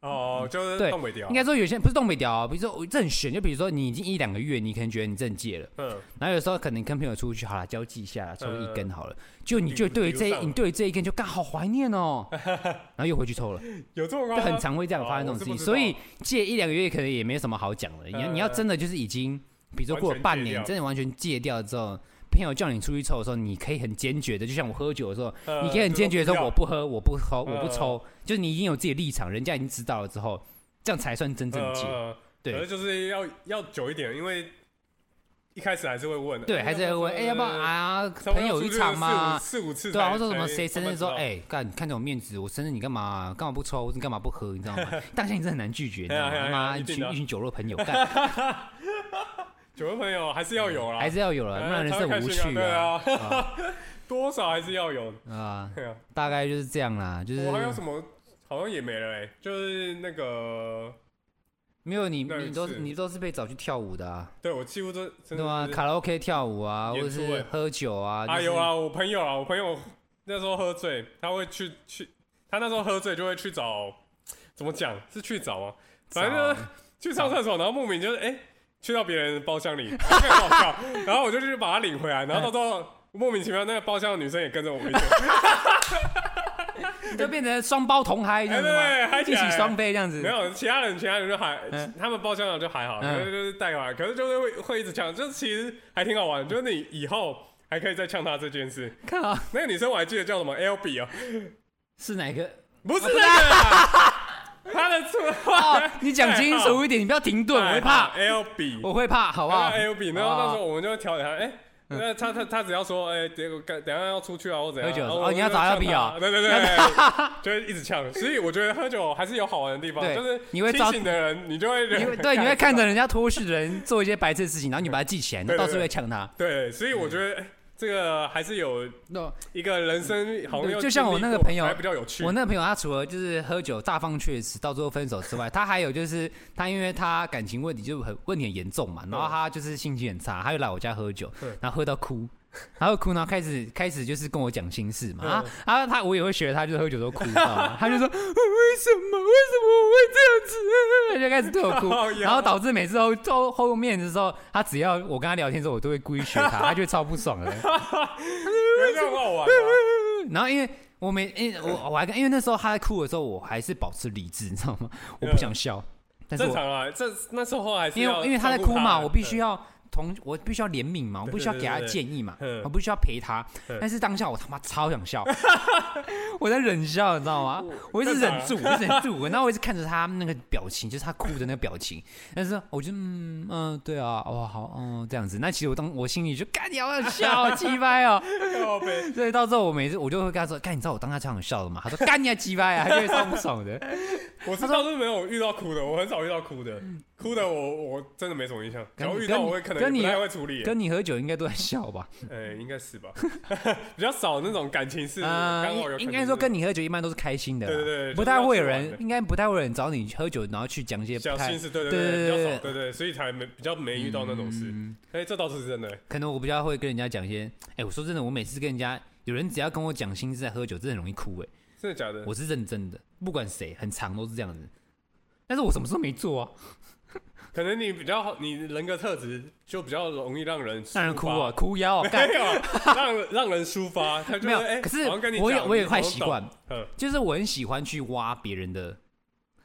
Speaker 3: 哦，就是
Speaker 2: 对
Speaker 3: 动尾调，
Speaker 2: 应该说有些不是东北调、啊，比如说我这很悬，就比如说你已经一两个月，你可能觉得你正戒了，
Speaker 3: 嗯，
Speaker 2: 然后有时候可能跟朋友出去，好了，交际一下啦，抽一根好
Speaker 3: 嗯
Speaker 2: 了，就你就
Speaker 3: 比如
Speaker 2: 对于这
Speaker 3: 比如
Speaker 2: 一
Speaker 3: 上了
Speaker 2: 你对于
Speaker 3: <laughs>
Speaker 2: 这一根就刚好怀念哦，然后又回去抽了，
Speaker 3: 有这么
Speaker 2: 就
Speaker 3: 夸张，
Speaker 2: 很常会这样发生这种事情，
Speaker 3: 哦我是不知道
Speaker 2: 所
Speaker 3: 呃
Speaker 2: 以戒一两个月可能也没什么好讲的，你要你要真的就是已经，比如说过了半年，
Speaker 3: 完全戒掉
Speaker 2: 真的完全戒掉之后。朋友叫你出去抽的时候，你可以很坚决的，就像我喝酒的时候，
Speaker 3: 呃
Speaker 2: 你可以很坚决的
Speaker 3: 就
Speaker 2: 说
Speaker 3: 是
Speaker 2: 我不喝，我不喝，我不
Speaker 3: 呃
Speaker 2: 抽，就是你已经有自己的立场，人家已经知道了之后，这样才算真正戒。
Speaker 3: 呃
Speaker 2: 对
Speaker 3: 可是就是要要久一点，因为一开始还是会问的，
Speaker 2: 对，还是会问，哎、要不要啊？
Speaker 3: 呃差不多
Speaker 2: 朋友
Speaker 3: 出
Speaker 2: 一
Speaker 3: 去
Speaker 2: 场嘛，
Speaker 3: 四五四五次才，
Speaker 2: 对啊，或者什么
Speaker 3: 才
Speaker 2: 谁生日说，
Speaker 3: 慢慢
Speaker 2: 哎、干，你看着我面子，我生日你干嘛、干嘛不抽？你干嘛不喝？你知道吗？当下你真的很难拒绝，你知道
Speaker 3: <laughs> 哎呀哎
Speaker 2: 吗？
Speaker 3: 呀
Speaker 2: 妈，
Speaker 3: 一
Speaker 2: 一
Speaker 3: 定
Speaker 2: 群
Speaker 3: 的啊
Speaker 2: 一群酒肉
Speaker 3: <laughs>
Speaker 2: 朋友，干，
Speaker 3: 知道，酒肉朋友还是要有啦，
Speaker 2: 嗯还是要有
Speaker 3: 哎
Speaker 2: 了，不然人生
Speaker 3: 才会
Speaker 2: 很无
Speaker 3: 开心啊
Speaker 2: 趣
Speaker 3: 对
Speaker 2: 啊。
Speaker 3: 啊， <laughs> 多少还是要有，
Speaker 2: 啊，
Speaker 3: 对啊，
Speaker 2: 大概就是这样啦，就是
Speaker 3: 我还有什么好像也没了哎，就是那个，
Speaker 2: 没有你，
Speaker 3: 那
Speaker 2: 你都
Speaker 3: 是
Speaker 2: 你都是被找去跳舞的啊，
Speaker 3: 对我几乎都真
Speaker 2: 对啊
Speaker 3: 的
Speaker 2: 吗？
Speaker 3: 是
Speaker 2: 卡拉 OK 跳舞啊，或
Speaker 3: 演
Speaker 2: 者
Speaker 3: 出
Speaker 2: 是
Speaker 3: 哎
Speaker 2: 喝酒啊，
Speaker 3: 啊，
Speaker 2: 就是
Speaker 3: 有啊，我朋友啊，我朋友那时候喝醉，他会去去，他那时候喝醉就会去找，怎么讲是去找啊，反正就是去
Speaker 2: 啊
Speaker 3: 上厕所，然后莫名就是哎、去到别人的包厢里， <laughs> 然后很好笑，然后我就去把他领回来，然
Speaker 2: 嗯
Speaker 3: 后到时候莫名其妙那个包厢的女生也跟着我回
Speaker 2: <laughs>
Speaker 3: 去，
Speaker 2: 就变成双胞
Speaker 3: <laughs>
Speaker 2: 同嗨这样子
Speaker 3: 哎对
Speaker 2: 吗？
Speaker 3: 嗨
Speaker 2: 一
Speaker 3: 起来
Speaker 2: 起双飞这样子
Speaker 3: 没，有其他人其他人就还
Speaker 2: 嗯，
Speaker 3: 他们包厢的就还好，
Speaker 2: 嗯
Speaker 3: 就是带回来，可是就是会会一直讲，就其实还挺好玩，就是你以后。还可以再呛他这件事。
Speaker 2: 看啊，
Speaker 3: 那个女生我还记得叫什么 L B 哦，
Speaker 2: 是哪
Speaker 3: <laughs>
Speaker 2: 个？
Speaker 3: 不是那个啦，她的绰号
Speaker 2: 哦，你讲清楚一点，你不要停
Speaker 3: 哎
Speaker 2: 顿，我会怕，
Speaker 3: L B，
Speaker 2: 我会怕，好不好
Speaker 3: 啊 L B，然后
Speaker 2: 好
Speaker 3: 那时候我们就会调侃他，哎。那他他他只要说，哎、结果干等一下要出去啊，或怎样？
Speaker 2: 喝酒
Speaker 3: 然后
Speaker 2: 哦
Speaker 3: 我
Speaker 2: 你要
Speaker 3: 就
Speaker 2: 找
Speaker 3: 呛
Speaker 2: LB
Speaker 3: 他
Speaker 2: 啊
Speaker 3: 对对对，就会一直呛。所以我觉得喝酒还是有好玩的地方，
Speaker 2: 对
Speaker 3: 就是
Speaker 2: 你会
Speaker 3: 清
Speaker 2: 找
Speaker 3: 醒的人，你就会
Speaker 2: 你会对，你会看着人家脱事的人做一些白痴的事情，然后你把它记起来，
Speaker 3: 对对
Speaker 2: 那到时候会呛他。
Speaker 3: 对，所以我觉得、哎这个还是有
Speaker 2: 那
Speaker 3: 一个人生好像
Speaker 2: 对
Speaker 3: 要
Speaker 2: 就像我
Speaker 3: 经历
Speaker 2: 那个
Speaker 3: 过
Speaker 2: 朋友
Speaker 3: 才比较有趣。
Speaker 2: 我那个朋友，他除了就是喝酒大放厥词，到最后分手之外，他还有就是他因为他感情问题就很问题很严重嘛，然后他就是心情很差，他就来我家喝酒
Speaker 3: 嗯，
Speaker 2: 然后喝到哭。然后哭，然后开始开始就是跟我讲心事嘛，
Speaker 3: 嗯
Speaker 2: 啊啊，他我也会学他，就是喝酒都哭，你知道吗？他就说为什么为什么我会这样子，他就开始对我
Speaker 3: 好
Speaker 2: 哭，
Speaker 3: 呀
Speaker 2: 然后导致每次后到后面的时候，他只要我跟他聊天的时候，我都会故意学他，他就会超不爽的。
Speaker 3: 觉得这样很好玩啊、
Speaker 2: 然后因为我每因为我我还跟因为那时候他在哭的时候，我还是保持理智，你知道吗？我不想笑，但是
Speaker 3: 正
Speaker 2: 我
Speaker 3: 常啊，这那时候还是
Speaker 2: 因
Speaker 3: 要
Speaker 2: 为因为他在
Speaker 3: 照顾
Speaker 2: 哭嘛，我必须
Speaker 3: 对
Speaker 2: 要同我必须要怜悯嘛，我
Speaker 3: 对
Speaker 2: 必须要给他建议嘛
Speaker 3: 对嗯对对，
Speaker 2: 我必须要陪他
Speaker 3: 对。
Speaker 2: 但是当下我他妈超想笑， <laughs> 我在忍笑，你知道吗？我一直忍住，我一直忍住，然后我一直看着他那个表情，就是他哭的那个表情。但是我就嗯嗯对啊，哦好嗯这样子。那其实我当我心里就干你好想
Speaker 3: <laughs>
Speaker 2: 笑，鸡掰哦。
Speaker 3: 靠
Speaker 2: <laughs>
Speaker 3: 背
Speaker 2: 所以到时候我每次我就会跟他说：“干，你知道我当他这样笑的吗？”他说：“干你啊，鸡掰啊！”他就会超不爽的。
Speaker 3: <laughs> 我是倒是没有遇到哭的，我很少遇到哭的，哭的我我真的没什么印象。然后遇到我会可
Speaker 2: 嗯
Speaker 3: 能
Speaker 2: 跟你
Speaker 3: 不太会处理，
Speaker 2: 跟你喝酒应该都在笑
Speaker 3: <laughs>
Speaker 2: 吧？
Speaker 3: 呃、应该是吧， <laughs> 比较少那种感情是
Speaker 2: 啊，
Speaker 3: 刚好有。
Speaker 2: 应应该说跟你喝酒一般都是开心的啦，
Speaker 3: 对对对
Speaker 2: 不太会有
Speaker 3: 就是要去玩
Speaker 2: 人，
Speaker 3: 的
Speaker 2: 应该不太会有人找你喝酒，然后去讲一些
Speaker 3: 小
Speaker 2: 不太
Speaker 3: 心，思，对
Speaker 2: 对
Speaker 3: 对，
Speaker 2: 对
Speaker 3: 比较
Speaker 2: 对嗯
Speaker 3: 少，对对，所以才没比较没遇到那种事。哎、这倒是真的、
Speaker 2: 可能我比较会跟人家讲一些。哎，我说真的，我每次跟人家有人只要跟我讲心事在喝酒，真的很容易哭。哎，
Speaker 3: 真的假的？
Speaker 2: 我是认真的，不管谁，很长都是这样子。但是我什么时候没做
Speaker 3: <laughs>
Speaker 2: 啊？
Speaker 3: 可能你比较好，你人格特质就比较容易让人
Speaker 2: 让人
Speaker 3: 抒
Speaker 2: 哭
Speaker 3: 发
Speaker 2: 啊，哭腰啊，干
Speaker 3: 没有让让人抒发，他就
Speaker 2: 没有
Speaker 3: 哎，
Speaker 2: 可是
Speaker 3: 好像跟你
Speaker 2: 我有
Speaker 3: 讲
Speaker 2: 我有
Speaker 3: 你
Speaker 2: 一块
Speaker 3: 好像
Speaker 2: 习
Speaker 3: 懂
Speaker 2: 惯，
Speaker 3: 嗯，
Speaker 2: 就是我很喜欢去挖别人的 <laughs>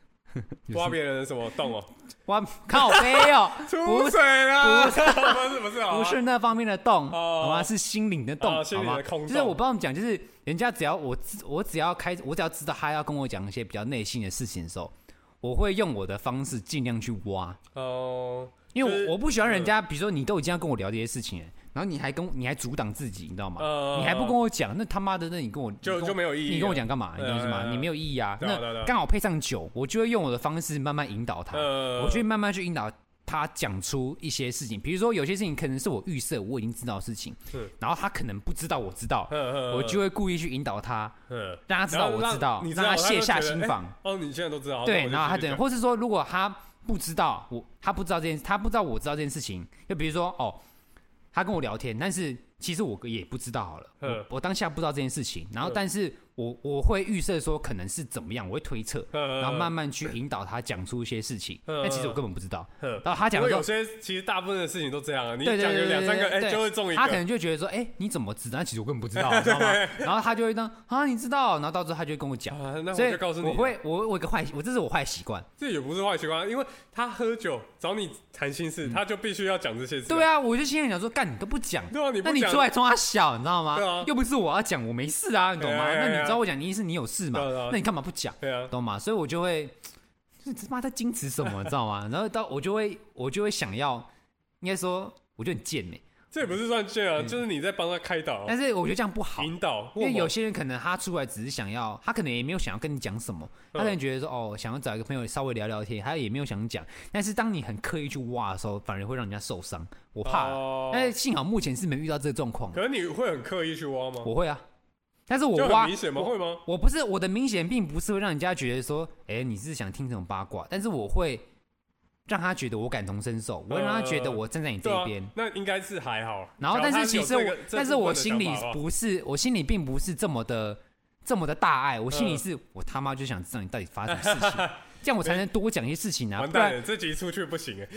Speaker 3: 挖别人的什么洞哦，
Speaker 2: 挖靠背哦，不
Speaker 3: <laughs> 出
Speaker 2: 是
Speaker 3: 水啦，
Speaker 2: 不
Speaker 3: 不是不是啊
Speaker 2: 不是那方面的洞，
Speaker 3: 哦
Speaker 2: 好吗？是心灵的洞，
Speaker 3: 哦心
Speaker 2: 好
Speaker 3: 灵的
Speaker 2: 吗？
Speaker 3: 空洞
Speaker 2: 就是我帮我们讲，就是人家只要我知我只要开我只要知道他要跟我讲一些比较内心的事情的时候，我会用我的方式尽量去挖，
Speaker 3: 哦，
Speaker 2: 因
Speaker 3: 就
Speaker 2: 为
Speaker 3: 是嗯
Speaker 2: 我我不喜欢人家，比如说你都已经要跟我聊这些事情了，然后你还跟我你还阻挡自己，你知道吗？
Speaker 3: 嗯
Speaker 2: 你还不跟我讲，那他妈的，那你跟我
Speaker 3: 就
Speaker 2: 你跟我
Speaker 3: 就没有意义了
Speaker 2: 你跟我讲干嘛？你
Speaker 3: 对
Speaker 2: 懂
Speaker 3: 啊
Speaker 2: 我意思
Speaker 3: 对啊对
Speaker 2: 吗？
Speaker 3: 啊
Speaker 2: 你没有意义啊。
Speaker 3: 对啊对啊对啊
Speaker 2: 那刚好配上酒，我就会用我的方式慢慢引导他，
Speaker 3: 呃
Speaker 2: 我去慢慢去引导他讲出一些事情，比如说有些事情可能是我预设我已经知道的事情
Speaker 3: 是，
Speaker 2: 然后他可能不知道我知道，我
Speaker 3: 我
Speaker 2: 就会故意去引导他，
Speaker 3: 嗯，
Speaker 2: 让他知道
Speaker 3: 呃然后
Speaker 2: 我知道
Speaker 3: 让你，知
Speaker 2: 让
Speaker 3: 道
Speaker 2: 他卸下
Speaker 3: 就觉得
Speaker 2: 心
Speaker 3: 哎
Speaker 2: 防。
Speaker 3: 哦，你现在都知道，
Speaker 2: 对，然后他
Speaker 3: 等
Speaker 2: 等，或是说如果他不知道我，他不知道这件，他不知道我知道这件事情，就比如说哦，他跟我聊天，但是其实我也不知道好了，
Speaker 3: 嗯
Speaker 2: 我我当下不知道这件事情，然后
Speaker 3: 嗯
Speaker 2: 但是我我会预设说可能是怎么样，我会推测，
Speaker 3: 嗯
Speaker 2: 然后慢
Speaker 3: 慢，
Speaker 2: 慢去引导他讲出一些事情，
Speaker 3: 嗯
Speaker 2: 但其实我根本不知道，
Speaker 3: 嗯
Speaker 2: 然后他
Speaker 3: 因
Speaker 2: 讲
Speaker 3: 为有
Speaker 2: 说。
Speaker 3: 些其实大部分的事情都这样啊，你
Speaker 2: 对对
Speaker 3: 讲
Speaker 2: 对
Speaker 3: 个
Speaker 2: 对
Speaker 3: 两
Speaker 2: 对
Speaker 3: 三个，哎，
Speaker 2: 对
Speaker 3: 就会中一
Speaker 2: 他可
Speaker 3: 个，
Speaker 2: 能就觉得说，哎，你怎么知道？但其实我根本不知道，你知道吗？然后他就会当啊，你知道，然后到时候他就会跟我讲，
Speaker 3: 啊，那我
Speaker 2: 所以
Speaker 3: 就告诉你，
Speaker 2: 我会，我我有个坏，我这是我坏习惯，
Speaker 3: 这也不是坏习惯，因为他喝酒找你谈心事，他就必须要讲这些事，
Speaker 2: 嗯对，啊，我就心里想说，干你都不讲，
Speaker 3: 对啊你不
Speaker 2: 那你
Speaker 3: 讲
Speaker 2: 出来装他小，你知道吗？
Speaker 3: 对啊
Speaker 2: 又不是我要讲，我没事啊，你懂吗？
Speaker 3: 哎呀
Speaker 2: 那
Speaker 3: 哎呀
Speaker 2: 你知道我讲，你是你有事嘛
Speaker 3: 对啊对啊？
Speaker 2: 那你干嘛不讲？
Speaker 3: 对啊，
Speaker 2: 懂吗？所以我就会，就是他妈在矜持什
Speaker 3: <laughs>
Speaker 2: 么，你知道吗？然后到我就会，我就会想要，应该说，我就很贱呢、
Speaker 3: 这也不是算贱啊，就是你在帮他开
Speaker 2: 嗯
Speaker 3: 导、啊
Speaker 2: 但是我觉得这样不好，
Speaker 3: 引导，
Speaker 2: 因为有些人可能他出来只是想要，他可能也没有想要跟你讲什么，他
Speaker 3: 嗯
Speaker 2: 可能觉得说哦，想要找一个朋友稍微聊聊天，他也没有想讲。但是当你很刻意去挖的时候，反而会让人家受伤，我怕啦。
Speaker 3: 哦
Speaker 2: 但是幸好目前是没遇到这个状况，
Speaker 3: 可是你会很刻意去挖吗？
Speaker 2: 我会啊，但是我
Speaker 3: 就
Speaker 2: 挖
Speaker 3: 很明显吗？
Speaker 2: 我
Speaker 3: 会吗？
Speaker 2: 我不是我的明显并不是会让人家觉得说，哎、你是想听这种八卦，但是我会让他觉得我感同身受，我会让他觉得我站在你这
Speaker 3: 对啊
Speaker 2: 一边。，
Speaker 3: 那应该是还好。
Speaker 2: 然后，但是其实我，但是我心里
Speaker 3: 不，
Speaker 2: 不是，我心里并不是这么的，这么的大爱。我心
Speaker 3: 嗯
Speaker 2: 里是、我他妈就想知道你到底发生什
Speaker 3: <laughs>
Speaker 2: 么事情，这样我才能多讲一些事情啊。
Speaker 3: 完
Speaker 2: 不
Speaker 3: 蛋
Speaker 2: 然
Speaker 3: 了，这集出去不行 <laughs> 哎。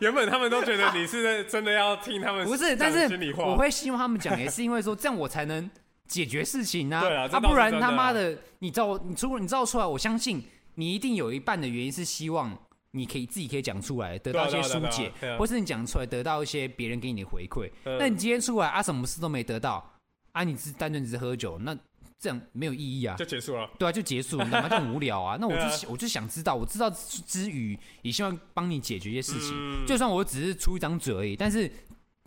Speaker 3: 原本他们都觉得你是在真的要听他们
Speaker 2: <laughs> 不是，
Speaker 3: 讲
Speaker 2: 但是
Speaker 3: 心里话，
Speaker 2: 我会希望他们讲，也是因为说这样我才能解决事情啊。
Speaker 3: <laughs> 对啊
Speaker 2: 啊，
Speaker 3: 这倒是
Speaker 2: 不然
Speaker 3: 真的啊
Speaker 2: 他妈的，你照你出你照出来，我相信你一定有一半的原因是希望你可以自己可以讲出来，得
Speaker 3: 对啊
Speaker 2: 到一些
Speaker 3: 对啊
Speaker 2: 疏
Speaker 3: 对啊
Speaker 2: 解
Speaker 3: 对啊，
Speaker 2: 或是你讲出来得到一些别人给你的回馈。
Speaker 3: 嗯
Speaker 2: 那你今天出来啊，什么事都没得到啊，你只单纯只是喝酒，那这样没有意义啊
Speaker 3: 就。结束了。
Speaker 2: 对啊，就结束，你知道吗？就很无聊
Speaker 3: <laughs>
Speaker 2: 啊。那我就、
Speaker 3: 对啊
Speaker 2: 我就想知道，我知道之之余，也希望帮你解决一些事情。
Speaker 3: 嗯
Speaker 2: 就算我只是出一张嘴而已，但是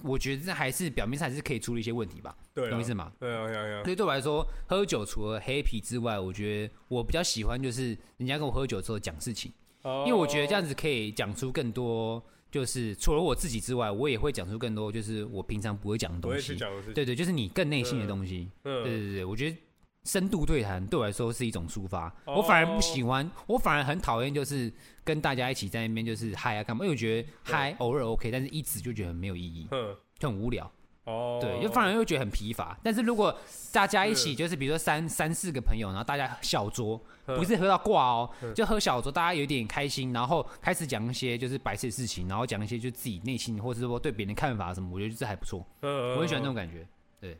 Speaker 2: 我觉得这还是表面上还是可以处理一些问题吧，
Speaker 3: 对
Speaker 2: 懂
Speaker 3: 啊
Speaker 2: 意，思吗？
Speaker 3: 对啊，对啊，对啊
Speaker 2: 所以对我来说，喝酒除了 happy 之外，我觉得我比较喜欢就是人家跟我喝酒之后讲事情，
Speaker 3: 哦
Speaker 2: 因为我觉得这样子可以讲出更多，就是除了我自己之外，我也会讲出更多，就是我平常不会讲的
Speaker 3: 不会
Speaker 2: 东
Speaker 3: 去
Speaker 2: 西。
Speaker 3: 讲的事情。
Speaker 2: 对对，就是你更内心的东西。对
Speaker 3: 嗯，
Speaker 2: 对对，我觉得深度对谈对我来说是一种抒发，
Speaker 3: 哦
Speaker 2: 我反而不喜欢，我反而很讨厌，就是跟大家一起在那边就是嗨啊干嘛，因为我觉得嗨偶尔 OK，但是一直就觉得很没有意义，
Speaker 3: 嗯，
Speaker 2: 就很无聊。
Speaker 3: 哦，
Speaker 2: 对，就反而又觉得很疲乏。但是如果大家一起，就是比如说三三四个朋友，然后大家小酌，
Speaker 3: 嗯
Speaker 2: 不是喝到挂哦，就喝小酌，大家有点开心，然后开始讲一些就是白色的事情，然后讲一些就自己内心或者是说对别人的看法什么，我觉得这还不错，
Speaker 3: 嗯，
Speaker 2: 我
Speaker 3: 我
Speaker 2: 很喜欢那种感觉。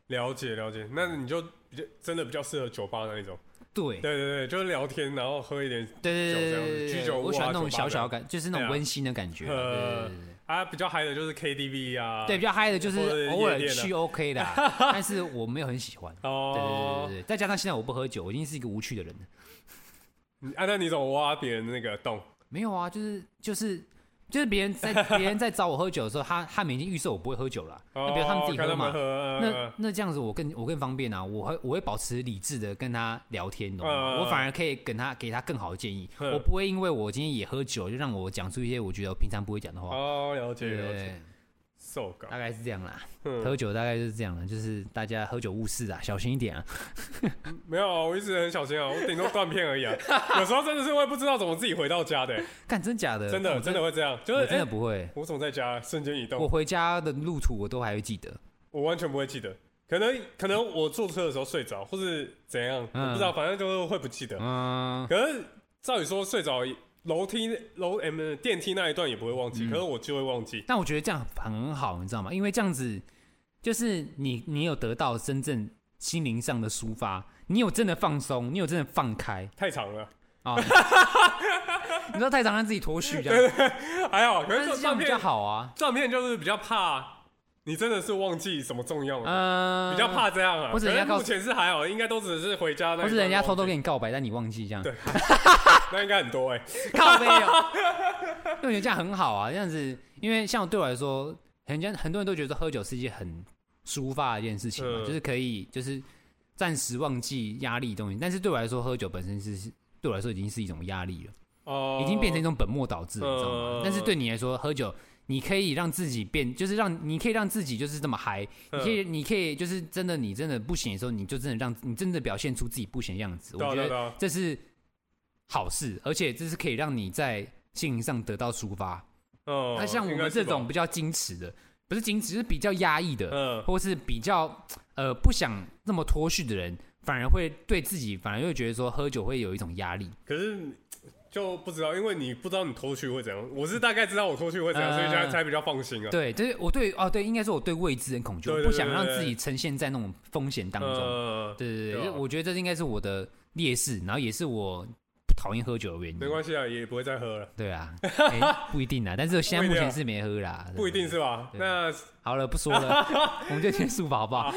Speaker 3: 了解了解，那你就比较真的比较适合酒吧那一种。
Speaker 2: 对对
Speaker 3: 对对对，就是聊天，然后喝一点
Speaker 2: 对
Speaker 3: 酒
Speaker 2: 对
Speaker 3: 这样子
Speaker 2: 对对
Speaker 3: 居
Speaker 2: 对，
Speaker 3: 酒屋啊
Speaker 2: 我喜欢那种
Speaker 3: 酒吧
Speaker 2: 小
Speaker 3: 这
Speaker 2: 小
Speaker 3: 样
Speaker 2: 的感，就是那种
Speaker 3: 对啊
Speaker 2: 温馨的感觉。对
Speaker 3: <laughs>
Speaker 2: 对对
Speaker 3: 呃
Speaker 2: 对对
Speaker 3: 啊，比较嗨的就是 KTV 啊，
Speaker 2: 对，比较嗨的，就是
Speaker 3: 或者是
Speaker 2: 偶尔
Speaker 3: 夜店啊
Speaker 2: 去 OK 的啊，
Speaker 3: <laughs>
Speaker 2: 但是我没有很喜欢。对对对
Speaker 3: 哦，
Speaker 2: 对，对再加上现在我不喝酒，我已经是一个无趣的人了。
Speaker 3: 你啊，那你怎么挖别人的那个洞？
Speaker 2: 没有啊，就是就是就是别人
Speaker 3: <laughs>
Speaker 2: 在别人在找我喝酒的时候，他他们已经预设我不会喝酒了啊，那比如他们自己
Speaker 3: 哦看
Speaker 2: 喝
Speaker 3: 他们
Speaker 2: 嘛。
Speaker 3: 喝，嗯
Speaker 2: 那
Speaker 3: 那
Speaker 2: 那这样子我更我更方便啊，我会我会保持理智的跟他聊天，你懂吗？
Speaker 3: 嗯
Speaker 2: 我反而可以跟他给他更好的建议，
Speaker 3: 嗯
Speaker 2: 我不会因为我今天也喝酒就让我讲出一些我觉得我平常不会讲的话。
Speaker 3: 哦，了解了解，
Speaker 2: 对，
Speaker 3: 受够
Speaker 2: 大，概是这样啦。
Speaker 3: 嗯
Speaker 2: 喝酒大概就是这样了，就是大家喝酒误事啊，小心一点啊。 <laughs>
Speaker 3: 没有啊，我一直很小心啊， <laughs> 我顶多断片而已啊，有时候真的是会不知道怎么自己回到家的，
Speaker 2: 干真假的？
Speaker 3: 真的
Speaker 2: 我
Speaker 3: 真的会这样，就是
Speaker 2: 我真的
Speaker 3: 哎
Speaker 2: 不会，
Speaker 3: 我怎么在家瞬间移
Speaker 2: 我
Speaker 3: 动，
Speaker 2: 回家的路途我都还会记得。
Speaker 3: 我完全不会记得。可能可能我坐车的时候睡着，或是怎样，
Speaker 2: 嗯
Speaker 3: 我不知道，反正就是会不记得。
Speaker 2: 嗯，
Speaker 3: 可是照理说睡着楼梯楼 M 电梯那一段也不会忘记，可是我就会忘记。
Speaker 2: 但我觉得这样很好，你知道吗？因为这样子就是你你有得到真正心灵上的抒发，你有真的放松，你有真的放开
Speaker 3: 太长了， <laughs>
Speaker 2: 啊。你知道太常让自己脱序这样，
Speaker 3: 还好，可
Speaker 2: 但
Speaker 3: 是
Speaker 2: 是这
Speaker 3: 断
Speaker 2: 样比较
Speaker 3: 片
Speaker 2: 好啊。
Speaker 3: 断片就是比较怕，你真的是忘记什么重要的，
Speaker 2: 嗯，
Speaker 3: 比较，怕这样啊。
Speaker 2: 或者人家
Speaker 3: 可是
Speaker 2: 告诉
Speaker 3: 目前是还好，应该都只是回家那一段忘
Speaker 2: 或
Speaker 3: 记，
Speaker 2: 是人家偷偷跟你告白，但你忘记这样，
Speaker 3: 对那应该很多哎、
Speaker 2: 靠背哦。因为我觉得这样很好啊，这样子，因为像对我来说，人家很多人都觉得喝酒是一件很抒发的一件事情嘛，
Speaker 3: 嗯
Speaker 2: 就是可以就是暂时忘记压力的东西。但是对我来说，喝酒本身是是对我来说已经是一种压力了，<laughs>
Speaker 3: 哦、
Speaker 2: 已经变成一种本末倒置了，你知道吗
Speaker 3: 嗯？
Speaker 2: 但是对你来说，喝酒。你可以让自己变，就是让你可以让自己就是这么嗨，
Speaker 3: 哦嗯
Speaker 2: 你可以，你可以就是真的，你真的不行的时候，你就真的让你真的表现出自己不行的样子。我
Speaker 3: 对啊
Speaker 2: 觉得
Speaker 3: 对啊对啊
Speaker 2: 这是好事，而且这是可以让你在心灵上得到抒发。
Speaker 3: 嗯，
Speaker 2: 那像我
Speaker 3: 应该
Speaker 2: 们
Speaker 3: 是
Speaker 2: 这
Speaker 3: 吧
Speaker 2: 种，比较矜持的，不是矜持，就是比较压抑的，
Speaker 3: 嗯，
Speaker 2: 或是比较呃不想那么脱序的人，反而会对自己，反而会觉得说喝酒会有一种压力。
Speaker 3: 可是就不知道，因为你不知道你脱去会怎样，我是大概知道我脱去会怎样，
Speaker 2: 嗯
Speaker 3: 所以现在才比较放心啊。
Speaker 2: 对，就是我对哦，对，应该说我对未知很恐惧，
Speaker 3: 对
Speaker 2: 我
Speaker 3: 对
Speaker 2: 不想
Speaker 3: 对
Speaker 2: 让
Speaker 3: 对
Speaker 2: 自己呈现在那种风险当中。
Speaker 3: 嗯，
Speaker 2: 对对对，
Speaker 3: 对啊
Speaker 2: 就我觉得这应该是我的劣势，然后也是我讨厌喝酒的原因。
Speaker 3: 没关系啊，也不会再喝了，
Speaker 2: 对啊，哎不一定啊，但是我现在目
Speaker 3: 不一定
Speaker 2: 前
Speaker 3: 啊
Speaker 2: 是没喝啦。
Speaker 3: 不一定是吧？
Speaker 2: 对
Speaker 3: 那
Speaker 2: 好了，不说
Speaker 3: <laughs>
Speaker 2: 了，我们就结束吧，好不好？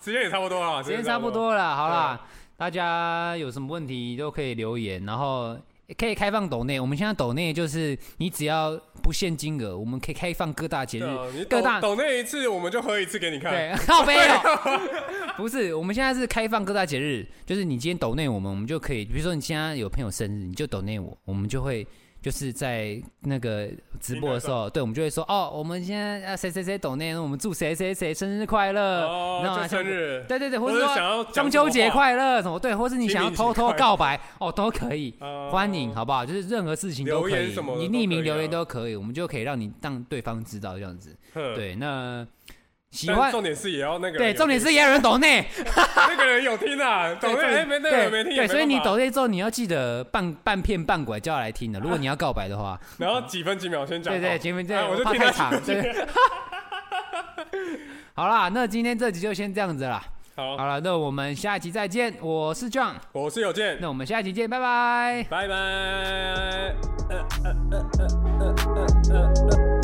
Speaker 3: 时间也差不多了，
Speaker 2: 时间差不
Speaker 3: 了。
Speaker 2: 多了，好啦，大家有什么问题都可以留言，然后可以开放抖内。我们现在抖内就是你只要不限金额，我们可以开放各大节
Speaker 3: 对啊，
Speaker 2: 日
Speaker 3: 你、
Speaker 2: 各大
Speaker 3: 抖抖那一次，我们就喝一次给你看。 <laughs>
Speaker 2: 对，靠背哦， <laughs> 不是，我们现在是开放各大节日，就是你今天抖内我们，我们就可以，比如说你现在有朋友生日，你就抖内我，我们就会就是在那个直播的时候，对，我们就会说哦，我们现在啊谁谁谁抖内，那我们祝谁谁谁生日快乐，
Speaker 3: 哦
Speaker 2: 你知道吗？
Speaker 3: 就生
Speaker 2: 呃
Speaker 3: 日
Speaker 2: 像对对对，或
Speaker 3: 或
Speaker 2: 者
Speaker 3: 者想
Speaker 2: 说
Speaker 3: 要
Speaker 2: 中
Speaker 3: 讲
Speaker 2: 秋节
Speaker 3: 什么话
Speaker 2: 快乐什么，对，或是你想要
Speaker 3: 清明节
Speaker 2: 偷偷
Speaker 3: 快乐
Speaker 2: 告白哦，都可以，
Speaker 3: 哦
Speaker 2: 欢迎，好不好？就是任何事情都可
Speaker 3: 留言
Speaker 2: 以
Speaker 3: 什么，的
Speaker 2: 你
Speaker 3: 都
Speaker 2: 匿名
Speaker 3: 可以啊
Speaker 2: 留言都可以，我们就可以让你让对方知道这样子。
Speaker 3: 哼，
Speaker 2: 对，那喜
Speaker 3: 但
Speaker 2: 欢
Speaker 3: 重点是也要那 <laughs> 个
Speaker 2: 对，
Speaker 3: 人有听
Speaker 2: 重点是也有人抖内，
Speaker 3: 那个人有听啊，
Speaker 2: <laughs> 对
Speaker 3: 抖 <laughs>
Speaker 2: 重
Speaker 3: 那哎
Speaker 2: 点
Speaker 3: 没那个
Speaker 2: 对
Speaker 3: 人没听也
Speaker 2: 对，
Speaker 3: 没办法，
Speaker 2: 所以你抖内之后，你要记得半半片半拐就要来听的。如果你要告白的
Speaker 3: <laughs>
Speaker 2: 话，
Speaker 3: 然后几分几秒先讲好，
Speaker 2: 对对，前面这
Speaker 3: 哎我就
Speaker 2: 怕
Speaker 3: 听
Speaker 2: 太
Speaker 3: 他
Speaker 2: <laughs> 长，对。好啦，那今天这集就先这样子啦。
Speaker 3: 好，
Speaker 2: 好了，那我们下一集再见。我是 John，
Speaker 3: 我是
Speaker 2: <laughs>
Speaker 3: 有健，
Speaker 2: 那我们下一集见，拜拜。
Speaker 3: 拜拜。